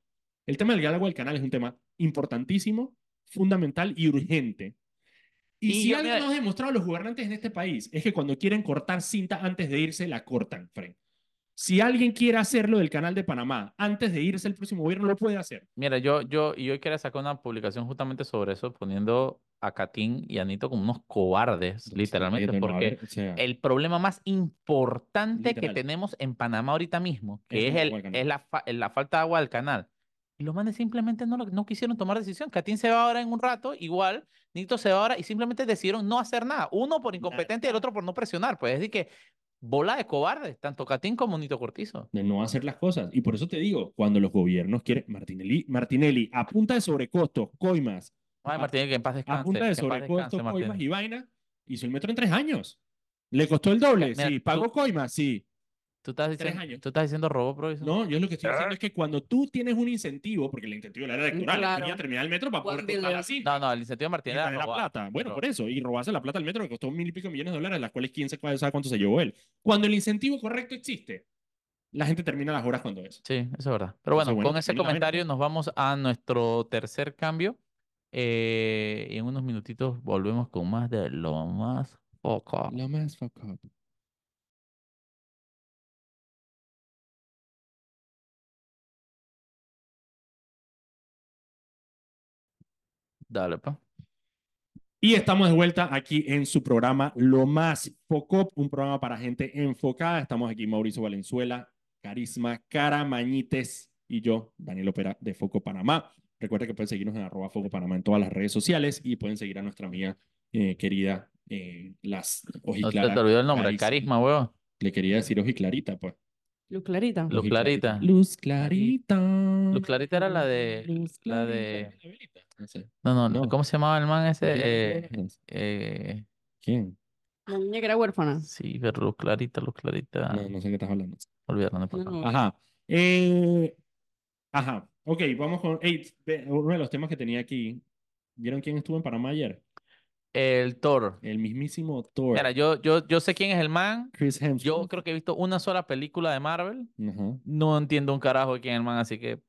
El tema del diálogo del canal es un tema importantísimo, fundamental y urgente. Y,
Y
si
yo,
algo
mira-
nos han demostrado los gobernantes en este país es que cuando quieren cortar cinta antes de irse, la cortan, Fren. Si alguien quiere hacerlo del canal de Panamá antes de irse el próximo gobierno, lo puede hacer.
Mira, yo, yo, y yo quería sacar una publicación justamente sobre eso, poniendo a Catín y a Anito como unos cobardes, literalmente,
Eh, no, a
porque
ver, o sea,
el problema más importante que
Literal.
tenemos en Panamá ahorita mismo, que
Es el
es, el,
agua al canal.
es la, fa- la falta de agua al canal. Y los manes simplemente no, lo- no quisieron tomar decisión. Catín se va ahora en un rato, igual, Nito se va ahora, y simplemente decidieron no hacer nada. Uno por incompetente y el otro por no presionar. Pues es decir que bola de cobardes, tanto Catín como Nito Cortizo.
de no hacer las cosas. Y por eso te digo, cuando los gobiernos quieren, Martinelli, Martinelli, a punta de sobrecostos, coimas,
Ay,
A-
Martín, que en paz
a
descanse,
punta de
Ah,
pues,
que en paz
sobrecostos,
descanse, Martín.
coimas y vaina, hizo el metro en tres años. ¿Le costó el doble?
Mira,
sí.
tú-
¿Pagó coimas? Sí.
¿Tú estás
Tres
diciendo,
años.
tú estás diciendo robo provisorio?
No, yo lo que estoy
Ah.
diciendo es que cuando tú tienes un incentivo, porque el incentivo era electoral,
Claro.
tenía que terminar el metro para
One
poder cortar
billion.
así.
Mm, No, no, el incentivo de Martín
Y
era
traer la
robar.
plata. Bueno,
Pero-
por eso. Y robarse la plata al metro que costó mil y pico millones de dólares, las cuales quién se sabe cuánto se llevó él. Cuando el incentivo correcto existe, la gente termina las horas cuando es.
Sí, eso es verdad. Pero bueno,
Entonces, bueno,
con ese
termina la venta.
comentario nos vamos a nuestro tercer cambio. Eh, y en unos minutitos volvemos con más de lo más poco.
Lo más fuck up.
Dale, pues. pa.
Y estamos de vuelta aquí en su programa Lo Más Focop, un programa para gente enfocada. Estamos aquí Mauricio Valenzuela, Carisma Caramañites y yo, Daniel Opera de Foco Panamá. Recuerda que pueden seguirnos en arroba Foco Panamá en todas las redes sociales y pueden seguir a nuestra amiga eh, querida, eh, las
No te,
ojiclaras.
te olvidó el nombre,
Carisma.
Carisma, huevón.
Le quería decir ojiclarita, pues.
Luz Clarita.
Luz Clarita.
Luz Clarita.
Luz Clarita era la de-
Luz
la
Clarita,
de-
la velita. No sé.
No, no, no,
No.
¿cómo se llamaba el man ese? Eh, eh,
¿Quién?
La niña que era huérfana.
sí, pero Luz Clarita, Luz Clarita.
No, no sé qué estás hablando.
Olvídalo, no importa.
No, no.
Ajá. Eh, ajá. Ok, vamos con. ey, ve- uno de los temas que tenía aquí. ¿Vieron quién estuvo en Panamá ayer?
El Thor.
El mismísimo Thor.
Mira, yo, yo, yo sé quién es el man.
Chris Hemsworth.
Yo creo que he visto una sola película de Marvel.
Ajá.
No entiendo un carajo de quién es el man, así que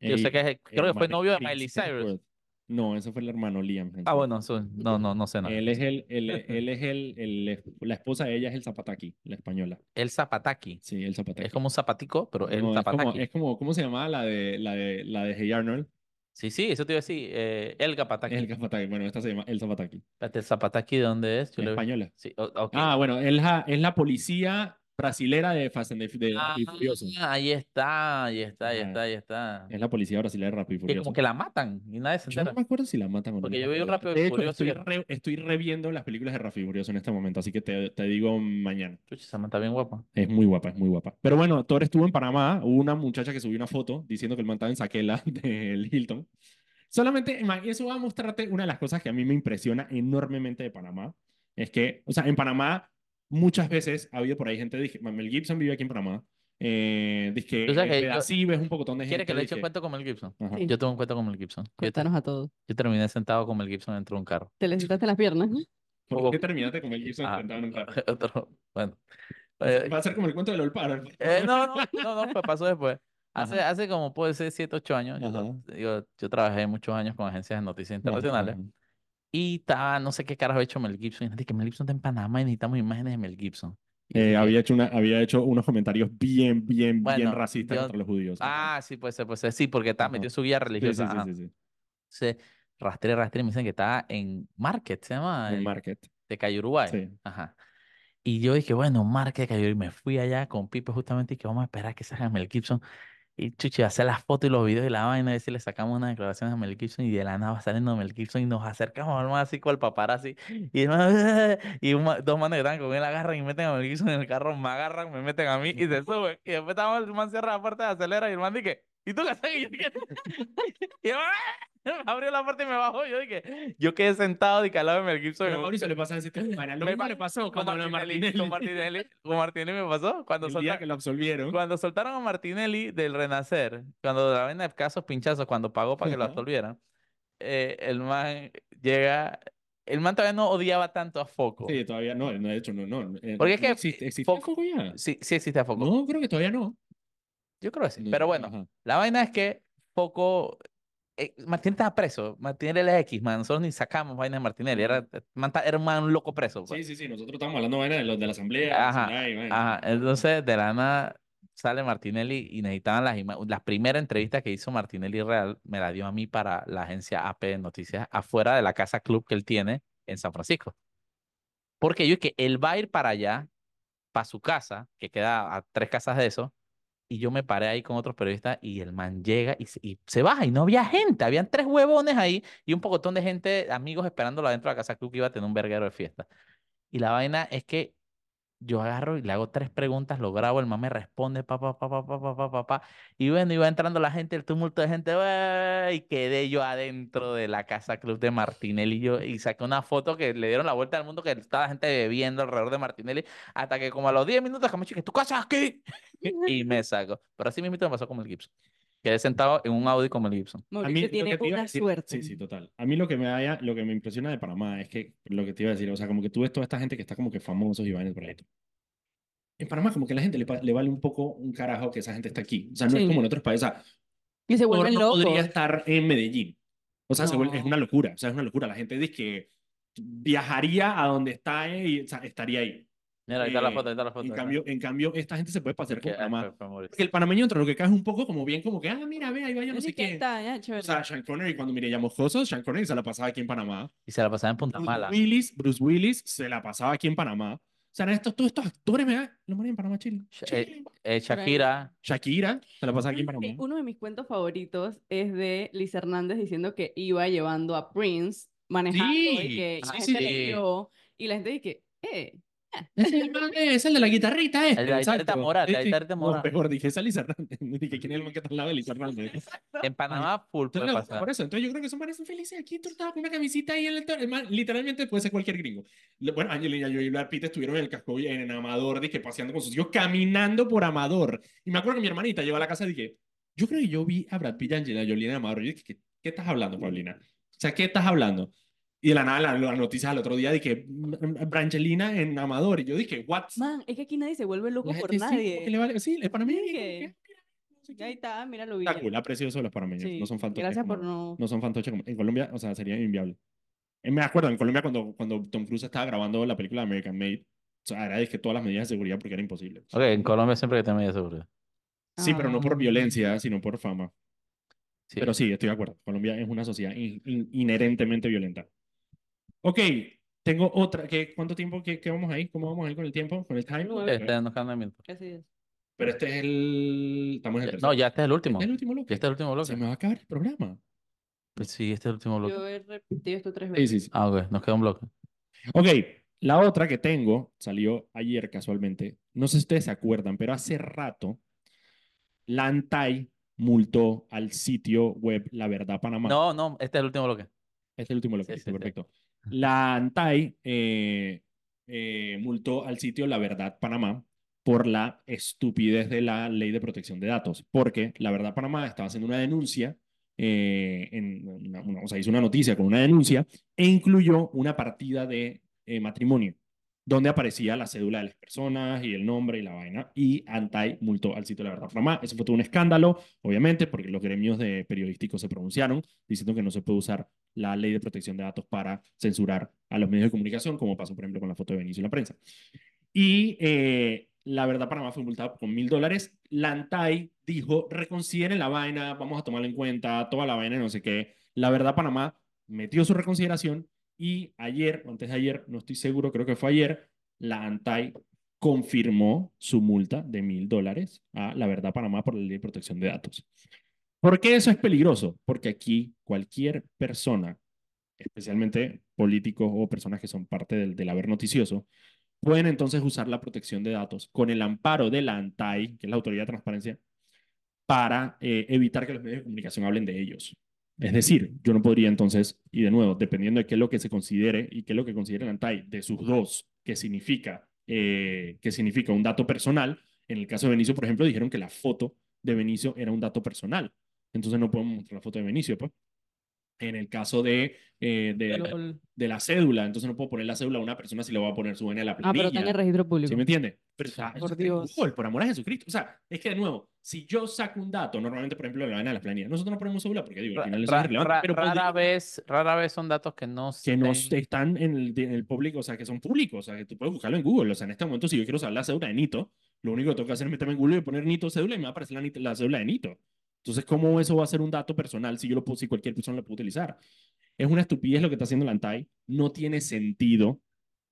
yo sé
Ey,
que es el- creo
el
que fue
man
novio de
Chris
Miley Cyrus.
Hemsworth. No, ese fue el hermano Liam. Hemsworth.
Ah, bueno, eso- no, no, no sé nada.
Él es el, él, él es el, el- la esposa de ella es el Zapataki, la española.
El zapataki.
Sí, el Zapataki.
Es como un zapatico, pero el
No, es como,
zapataki.
es como- ¿cómo se llamaba la de, la de, la de Hey Arnold?
Sí, sí, eso te iba a decir. eh, el zapataki.
Es el Zapataki. Bueno, esta se llama el Zapataki.
Espérate, ¿El zapataki de dónde es? Yo le-
Española.
Sí, o- ok.
Ah, bueno, es la, es la policía brasilera de Fast and the- de Rápido y Furioso.
Ah, ahí está, ahí está, ahí
Ajá.
está, ahí está.
Es la policía brasilera de Rápido y
Que como
Furioso.
que la matan y nadie se
Yo no
entera.
me acuerdo si la matan o no.
Porque
en
yo veo
Rápido
Rápido y
De hecho,
Furioso y-
estoy, re- estoy reviendo las películas de Rápido y Furioso en este momento, así que te, te digo mañana.
Chucha, esa man está bien guapa.
Es muy guapa, es muy guapa. Pero bueno, Thor estuvo en Panamá, hubo una muchacha que subió una foto diciendo que el man estaba en Saquela del Hilton. Solamente, man, eso va a mostrarte una de las cosas que a mí me impresiona enormemente de Panamá. Es que, o sea, en Panamá muchas veces ha habido por ahí gente, dije, Mel Gibson vive aquí en Panamá. Eh, dije,
Tú sabes que
te da
yo-
así, ves un pocotón de gente.
¿Quieres que le eche un
dizque,
cuento con Mel Gibson?
ajá.
Sí.
Yo tuve un cuento con Mel Gibson. Yo, te-
Cuéntanos a todos.
yo terminé sentado con Mel Gibson dentro de un carro.
Te le sentaste las piernas.
¿Por qué terminaste con Mel Gibson
Ah.
sentado en un carro?
Otro- bueno. Eh,
Va a ser como el cuento del Olpar.
eh, no, no, no, no, pues pasó después. Hace,
Ajá.
hace como puede ser 7, 8 años. yo-
Ajá.
Yo, yo trabajé muchos años con agencias de noticias internacionales. Y estaba, no sé qué carajo hecho Mel Gibson. Y gente que Mel Gibson está en Panamá y necesitamos imágenes de Mel Gibson. Y
Eh,
dije,
había hecho una, había hecho unos comentarios bien, bien, bien
Bueno,
racistas
yo-
contra los judíos.
Ah, sí, puede ser, puede ser. Sí, porque estaba
Ajá.
metido en su guía
Sí, sí,
religiosa.
sí,
ajá.
sí, sí.
Entonces, rastré, rastré. y Me dicen que estaba en Market, se llama,
En
el
Market.
de Calle Uruguay.
Sí.
Ajá. Y yo dije, bueno, Market de Calle Uruguay. Y me fui allá con Pipe justamente y que vamos a esperar que salga Mel Gibson. Y chuchi, hacer las fotos y los videos y la vaina, a ver si le sacamos unas declaraciones a Mel Gibson. Y de la nada va saliendo Mel Gibson y nos acercamos al man así con el paparazzi. Y, el man, y un ma- dos manes que estaban con él agarran y meten a Mel Gibson en el carro, me agarran, me meten a mí y se suben. Y después estaba el man cierra la puerta, acelera y el man dije, ¿y tú qué haces? Y yo dije, y el man, me abrió la puerta y me bajó. Yo dije, yo quedé sentado y calado de Mel Gibson.
Pero a Mauricio le pasa ese tipo de pana. Lo
Me
mismo
pa-
le pasó
con
cuando lo de
Martinelli, con
Martinelli.
Martinelli, con Martinelli me pasó cuando
El día
soltaron.
que lo absolvieron.
Cuando soltaron a Martinelli del Renacer, cuando la venda de casos pinchazos, cuando pagó para que lo
Ajá.
absolvieran, eh, el man llega. El man todavía no odiaba tanto a Foco.
Sí, todavía no, no, de hecho, no, no. eh,
Porque es
no
que
existe, ¿existe
Foco-
Foco ya?
Sí, sí existe a Foco.
No, creo que todavía no.
Yo creo que sí.
No,
Pero bueno,
ajá.
la vaina es que Foco. eh, Martinelli estaba preso. Martinelli es X, man. Nosotros ni sacamos vainas de Martinelli. Era, man ta- era un man loco preso. pues.
Sí, sí, sí, nosotros estamos hablando vaina de los de la asamblea.
Ajá,
nacional y vaina.
Ajá, entonces de la nada sale Martinelli y necesitaban las imágenes. La primera entrevista que hizo Martinelli Real me la dio a mí para la agencia AP de Noticias afuera de la casa club que él tiene en San Francisco. Porque yo que él va a ir para allá, para su casa, que queda a tres casas de eso, y yo me paré ahí con otros periodistas y el man llega y se, y se baja y no había gente, habían tres huevones ahí y un pocotón de gente, amigos esperándolo adentro de la casa club que iba a tener un verguero de fiesta. Y la vaina es que yo agarro y le hago tres preguntas, lo grabo, el man me responde, pa, pa, pa, pa, pa, pa, pa, pa, pa. Y bueno, iba entrando la gente, el tumulto de gente, ¡ah! y quedé yo adentro de la casa club de Martinelli. Y, yo, y saqué una foto que le dieron la vuelta al mundo, que estaba la gente bebiendo alrededor de Martinelli, hasta que como a los 10 minutos, Camacho, que tú casas aquí. Y me saco. Pero así mismo me pasó con el Gibson. Quedé sentado en un Audi con el Gibson.
A
Mauricio
mí lo
tiene
que te iba a
una
decir-
suerte.
Sí, sí, total. A mí lo que me haya- lo que me impresiona de Panamá es que lo que te iba a decir, o sea, como que tú ves toda esta gente que está como que famosos y vainas por ahí. En Panamá como que a la gente le, pa- le vale un poco un carajo que esa gente está aquí. O sea, no es
Sí.
como en otros países. O sea,
Y se
Thor
vuelven
no
locos.
podría estar en Medellín. O sea, se vuelve- es
No.
una locura. O sea, es una locura. La gente dice que viajaría a donde está eh, y o sea, estaría ahí.
Mira, ahí está la
Eh,
foto, ahí está la foto.
En
ahí está.
cambio, en cambio, esta gente se puede pasear
Que-
por
ah,
Panamá.
fue- fue Mauricio.
Porque el panameño entre lo que cae es un poco como bien como que, ah, mira, ve, ahí va yo no
Oye,
sé
¿qué
qué.
tal? Ya, chévere.
O sea, Sean Connery, cuando miré Mojosos, Sean Connery se la pasaba aquí en Panamá.
Y se la pasaba en Punta
Bruce
Mala. Eh,
Willis, Bruce Willis se la pasaba aquí en Panamá. O sea, eran estos, todos estos actores, me da, no morían en Panamá, Chile.
Sha-
Chile.
Eh, Shakira.
Shakira se la pasaba aquí en
¿Sabes qué?
Panamá.
Uno de mis cuentos favoritos es de Liz Hernández diciendo que iba llevando a Prince manejando
Sí,
y que la
sí,
gente
sí.
le vio y la gente dice, eh,
Ese es el man de- es el de la guitarrita, este,
El de la guitarrita
exacto.
morada, la
Este-
guitarrita
no,
morada.
mejor dije, esa Liz Hernández. Dije, ¿quién es el man que está al lado de Liz Hernández?
En Panamá, full
Entonces,
puede
no,
pasar.
por eso, entonces yo creo que son varios felices aquí, tú estabas con una camisita ahí en el, to- el man, literalmente puede ser cualquier gringo. Le- Bueno, Angelina Jolie y Brad Pitt estuvieron en el casco en, en Amador, dije, paseando con sus hijos, caminando por Amador. Y me acuerdo que mi hermanita llegó a la casa y dije, yo creo que yo vi a Brad Pitt y Angelina Jolie en Amador. Yo dije, ¿qué, qué estás hablando, Paulina? O sea, ¿qué estás hablando? Y de la nada, la- las noticias al otro día, dije, Brangelina en Amador. Y yo dije, what?
man, es que aquí nadie se vuelve loco
La
por
gente sí, como
nadie.
que le vale- Sí, el panameño.
Sí,
como
que-
que,
Ya ahí está, míralo bien.
Está cool, aprecio eso de los panameños.
Sí,
No son fantoches.
Gracias por
como-
no.
No son fantoches. como- En Colombia, o sea, sería inviable. Eh, Me acuerdo, en Colombia cuando, cuando Tom Cruise estaba grabando la película American Made, o sea, era que todas las medidas de seguridad porque era imposible.
Ok, en Colombia siempre que te media seguridad.
Sí, pero no por
Ah.
violencia, sino por fama.
Sí.
Pero sí, estoy de acuerdo. Colombia es una sociedad in- in- inherentemente violenta. Ok, tengo otra. ¿Qué, ¿Cuánto tiempo? ¿Qué, qué vamos ahí? ¿Cómo vamos ahí con el tiempo? ¿Con el time?
Nueve.
Este no cambia mi-
Así es.
Pero este es el... Estamos en el
No,
tercero.
ya este es el último.
Este es el último
Ya
bloque.
este es el último
Se
bloque.
me va a acabar el programa.
Pues Sí, este es el último bloque.
Yo he repetido esto tres
Sí,
veces.
sí, sí.
Ah, ok, nos queda un bloque.
Ok, la otra que tengo salió ayer casualmente. No sé si ustedes se acuerdan, pero hace rato la ANTAI multó al sitio web La Verdad Panamá.
No, no, este es el último bloque.
Este es el último bloque,
Sí, sí, sí.
perfecto. La ANTAI eh, eh, multó al sitio La Verdad Panamá por la estupidez de la ley de protección de datos, porque La Verdad Panamá estaba haciendo una denuncia, eh, en una- una- o sea, hizo una noticia con una denuncia e incluyó una partida de eh, matrimonio, donde aparecía la cédula de las personas y el nombre y la vaina, y ANTAI multó al sitio La Verdad Panamá. Eso fue todo un escándalo, obviamente, porque los gremios de periodísticos se pronunciaron diciendo que no se puede usar la ley de protección de datos para censurar a los medios de comunicación, como pasó, por ejemplo, con la foto de Benicio y la prensa. Y eh, la verdad, Panamá fue multado con mil dólares. La ANTAI dijo, reconsideren la vaina, vamos a tomarla en cuenta, toda la vaina, y no sé qué. La verdad, Panamá metió su reconsideración y ayer, o antes de ayer, no estoy seguro, creo que fue ayer, la ANTAI confirmó su multa de mil dólares a La Verdad Panamá por la ley de protección de datos. ¿Por qué eso es peligroso? Porque aquí cualquier persona, especialmente políticos o personas que son parte del, del haber noticioso, pueden entonces usar la protección de datos con el amparo de la ANTAI, que es la Autoridad de Transparencia, para eh, evitar que los medios de comunicación hablen de ellos. Es decir, yo no podría entonces, y de nuevo, dependiendo de qué es lo que se considere y qué es lo que considere la ANTAI, de sus dos, que significa, eh, que significa un dato personal, en el caso de Benicio, por ejemplo, dijeron que la foto de Benicio era un dato personal. Entonces no podemos mostrar la foto de Benicio, pues. En el caso de, eh, de,
Lol.
de la cédula, entonces no puedo poner la cédula a una persona si le voy a poner su N a la
Ah,
planilla.
pero está en el registro
¿Sí
público.
me entiende? Pero, o sea, eso
Por
está en
Dios.
Google, por amor a Jesucristo. O sea, es que de nuevo, si yo saco un dato, normalmente, por ejemplo, la vaina de las planillas, nosotros no ponemos cédula porque digo, al
Ra-
final eso es
ra-
irrelevante,
ra-
pero podría-
rara vez, rara vez son datos que no
que no
estén-
están en el, en el público, o sea, que son públicos, o sea, que tú puedes buscarlo en Google. O sea, en este momento, si yo quiero saber la cédula de Nito, lo único que tengo que hacer es meterme en Google y poner Nito cédula y me va a aparecer la, nit- la cédula de Nito. Entonces, ¿cómo eso va a ser un dato personal si yo lo puedo, si cualquier persona lo puede utilizar? Es una estupidez lo que está haciendo la ANTAI, no tiene sentido.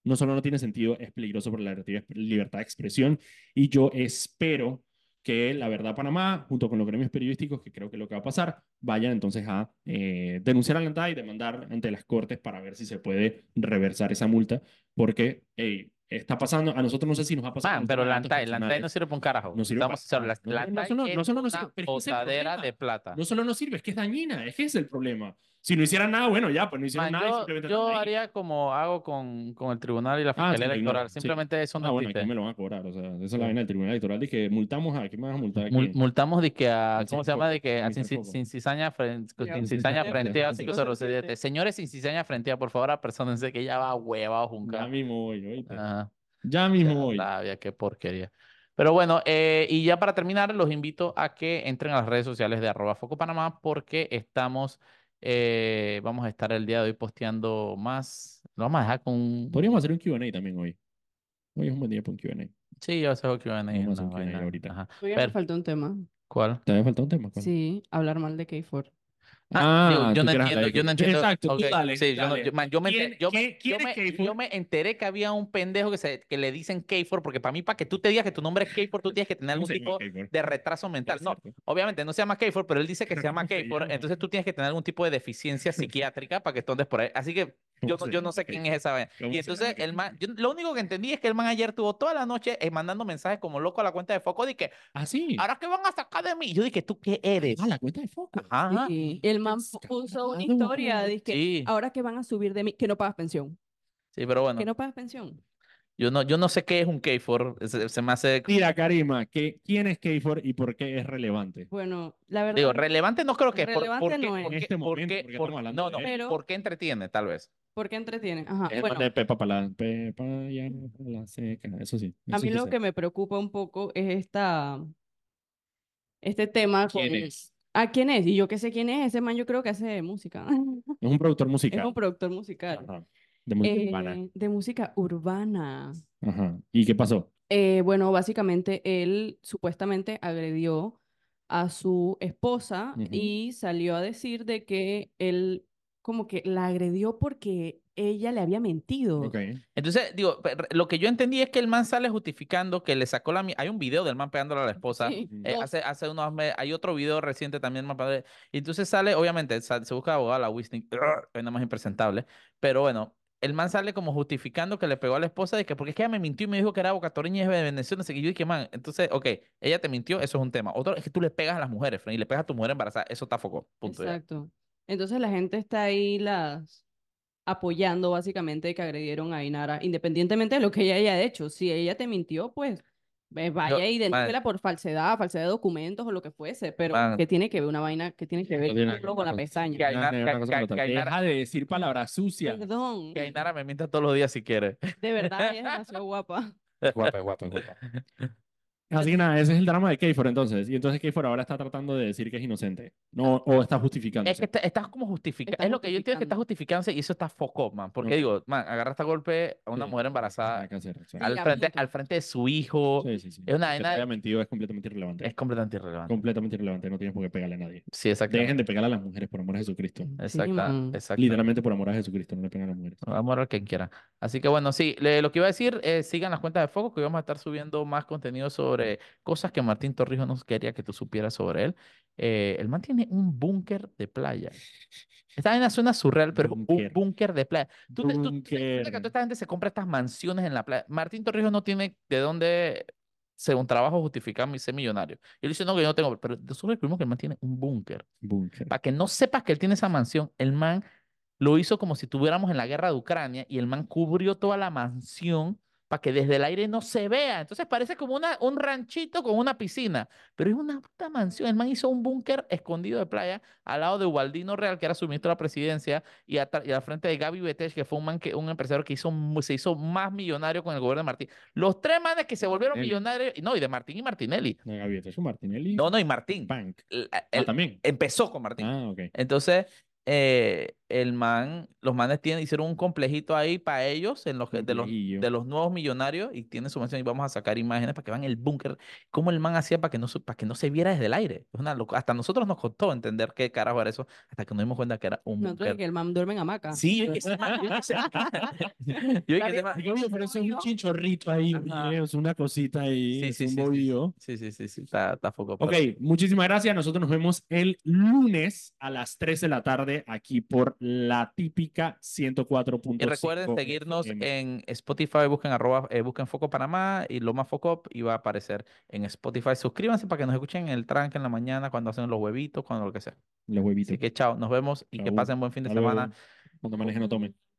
No solo no tiene sentido, es peligroso para la relativa exp- libertad de expresión y yo espero que La Verdad Panamá, junto con los gremios periodísticos, que creo que es lo que va a pasar, vayan entonces a eh, denunciar a la ANTAI y demandar ante las cortes para ver si se puede reversar esa multa, porque ey, está pasando, a nosotros no sé si nos va a pasar. este
Man,
con
pero
el
la
tema de
ANTAI,
datos
la ANTAI no
personales.
sirve para un carajo.
No sirve
Estamos
para-
claro, la, la
no- no
ANTAI
solo-
es
no solo no
una
sirve, pero es que ese es el
botadera de
problema.
plata.
No solo no sirve, es que es dañina, es que ese es el problema. Si no hicieran nada, bueno, ya, pues no hicieron
Man,
nada y
yo,
simplemente
yo
están ahí. Ah,
haría como hago con, con el tribunal y la fiscalía
tribunal,
electoral.
sí.
Simplemente eso no
Ah, bueno,
existe.
aquí me lo van a cobrar, o sea, esa es la vaina del Tribunal Electoral, dije, multamos a, ¿quién me vas a multar aquí?
Mul- multamos de que a,
Al
¿cómo
sin
se llama?
foco,
De que a
sin
sin,
ser
ci-
foco.
sin cizaña frente,
Ya,
sin
sin
cizaña
cizaña
frente a
frenteada,
507. Señores sin cizaña frente a, por favor, apersónense que ya va hueva o
Ya
junca.
mismo voy, oíste.
Ajá.
Ya
Qué
mismo voy.
rabia, qué porquería. Pero bueno, eh, y ya para terminar, los invito a que entren a las redes sociales de arroba Foco Panamá porque estamos, eh, vamos a estar el día de hoy posteando más. Lo vamos a dejar con un...
Podríamos hacer un Q&A también hoy. Hoy es un buen día para un Q&A.
Sí, yo sé que van a ir
Vamos a hacer
una
un Q&A
vaina,
ahorita.
ajá.
Oigan, me
Pero-
faltó un tema.
¿Cuál?
¿Te había faltado un tema? ¿Cuál?
Sí, hablar mal de K4.
Ah, digo,
Ah,
yo
tú quieres
no entiendo,
hablar de
yo no
K-pop.
entiendo.
Exacto, tú
ok,
dale,
sí, yo no-
dale.
yo- man, yo me
¿Quién-
enter- yo me-
quién-
yo
quién es
me-
K-pop?
yo me enteré que había un pendejo que, se, que le dicen K4 porque para mí, para que tú te digas que tu nombre es K4, tú tienes que tener
¿Cómo
algún
se llama
tipo
K-pop?
de retraso mental. No, Obviamente no se llama K4, pero él dice que se llama
¿Cómo se
K4,
llama?
entonces tú tienes que tener algún tipo de deficiencia psiquiátrica para que tú andes por ahí. Así que
¿Cómo
yo no,
se
yo
llama
no sé
K-pop?
quién es esa vaina.
¿Cómo
Y
se
entonces
llama
el man, yo- lo único que entendí es que el man ayer tuvo toda la noche eh, mandando mensajes como loco a la cuenta de Foco de que,
Ah, sí.
¿ahora qué van a sacar de mí? Y yo dije, ¿tú qué eres?
Ah, la cuenta de foco.
Ajá, ajá.
Sí. El man puso una historia. Dice que
Sí,
ahora que van a subir de mí, que no pagas pensión.
sí, pero bueno,
Que no pagas pensión.
yo no, yo no sé qué es un K4, se, se me hace,
Mira, Karima, que, ¿quién es K-pop y por qué es relevante?
Bueno, la verdad.
digo, relevante no creo que es, por-
Relevante
porque,
no es.
porque-
En este
porque-
momento, porque
por-
estamos hablando
no,
de
no,
él.
Pero-
porque entretiene, tal vez.
¿Por qué entretienen? Ajá.
Es el
bueno,
man de Pepa Palá. Pepa ya la seca. Eso sí.
a
eso
mí
sí
lo
sé.
que me preocupa un poco es esta
este tema con...
¿Quién es?
¿A quién es? Y yo que sé quién es, ese man yo creo que hace música.
Es un productor
Es
musical.
un productor musical.
Ajá. De música urbana.
Eh, de música urbana.
Ajá. ¿Y qué pasó?
Eh, bueno, básicamente él supuestamente agredió a su esposa
Ujú.
y salió a decir de que él como que la agredió porque ella le había mentido.
Ok.
Entonces, digo, per- lo que yo entendí es que el man sale justificando que le sacó la... mi- Hay un video del man pegándole a la esposa.
Sí.
Eh, hace, hace unos meses, hay otro video reciente también, más padre. Y entonces sale, obviamente, sa- se busca abogada la Whitney, es más impresentable. Pero bueno, el man sale como justificando que le pegó a la esposa de que porque es que ella me mintió y me dijo que era bocatoreña y es de Venezuela. Así que yo dije, man, entonces, ok, ella te mintió, eso es un tema. Otro es que tú le pegas a las mujeres, Fran, y le pegas a tu mujer embarazada, eso está foco. Punto. ya.
Exacto. Entonces la gente está ahí las apoyando básicamente de que agredieron a Inara, independientemente de lo que ella haya hecho. Si ella te mintió, pues ve, vaya y denúnciala por falsedad, falsedad de documentos o lo que fuese, pero
Man.
que tiene que ver una vaina, que tiene que ver
No tiene nada
el culo
que
con la
ver con-
Que
pestaña?
hay
Una-
na-
una
que-
cosa
que-
con otra.
que hay
Deja de decir palabras sucias.
Perdón,
Que Ainara me mienta todos los días si quiere.
de verdad, ella es demasiado guapa.
Guapa, guapa, guapa. Así que nada, ese es el drama de Keyfor entonces. Y entonces Keyfor ahora está tratando de decir que es inocente. No, o está justificando.
Es que está- estás como justificando.
Estás
Es lo que yo entiendo que estás justificándose y eso está foco, man. Porque
Ok.
digo, man, agarraste a golpe a una mujer embarazada al
la
frente,
mujer.
al frente de su hijo.
Sí, sí, sí.
Es una
Que te
vaina-
haya mentido es completamente irrelevante.
Es completamente irrelevante.
completamente irrelevante. No tienes por qué pegarle a nadie.
Sí, exactamente.
Dejen de pegarle a las mujeres por amor a Jesucristo.
Exacta,
man.
exacta.
Literalmente por amor a Jesucristo, no le pegan a las mujeres.
Vamos a ver quien quiera. Así que bueno, sí, le- lo que iba a decir, eh, sigan las cuentas de Foco, que vamos a estar subiendo más contenido sobre cosas que Martín Torrijos nos quería que tú supieras sobre él. Eh, el man tiene un búnker de playa. Esta vaina suena surreal, pero es un
Búnker.
búnker de playa. Tú te- tú- tú te das cuenta que
Búnker.
toda esta gente se compra estas mansiones en la playa. Martín Torrijos no tiene de dónde, según trabajo, justificar mi ser millonario. Y él dice, no, que yo no tengo, pero nosotros descubrimos que el man tiene un búnker
Búnker.
para que no sepas que él tiene esa mansión, el man lo hizo como si estuviéramos en la guerra de Ucrania y el man cubrió toda la mansión para que desde el aire no se vea. Entonces parece como una, un ranchito con una piscina, pero es una puta mansión. El man hizo un búnker escondido de playa al lado de Ubaldino Real, que era su ministro de la presidencia, y, atrás- y al frente de Gaby Betech, que fue un, man que, un empresario que hizo, mu- se hizo más millonario con el gobierno de Martín. Los tres manes que se volvieron
Martinelli.
millonarios, y no, y de Martín y Martinelli.
No, Gaviota, es un Martinelli.
No, no, y Martín.
Punk.
El-
Ah,
el-
también.
empezó con Martín.
Ah, ok.
Entonces, eh, el man, los manes tienen, hicieron un complejito ahí para ellos, en los que, de, los,
Complejillo.
de los nuevos millonarios, y tienen su mansión, y vamos a sacar imágenes para que vean el búnker, cómo el man hacía para que no, se- para que no se viera desde el aire. Es una loco- Hasta nosotros nos costó entender qué carajo era eso, hasta que nos dimos cuenta que era un
Nosotros de
búnker.
que el man duerme en hamaca.
Sí, yo dije, ese man- yo dije, ese- yo dije, ese man-
Digo, oye, pero eso es un chinchorrito ahí,
Ajá.
oye, es una cosita ahí,
Sí,
es
sí,
un
sí, sí.
bobillo.
Sí, sí, sí, sí, está, está foco, pero-
Ok, muchísimas gracias. Nosotros nos vemos el lunes a las 3 de la tarde aquí por la típica 104.5.
Y recuerden seguirnos
FM.
en Spotify, busquen arroba, eh, busquen Foco Panamá y Loma Foco y va a aparecer en Spotify. Suscríbanse para que nos escuchen en el tranque en la mañana, cuando hacen los huevitos, cuando lo que sea.
Los huevitos.
Así que chao, nos vemos y que
Chau.
pasen buen fin de
Hasta luego.
semana.
Cuando manejen, no tomen.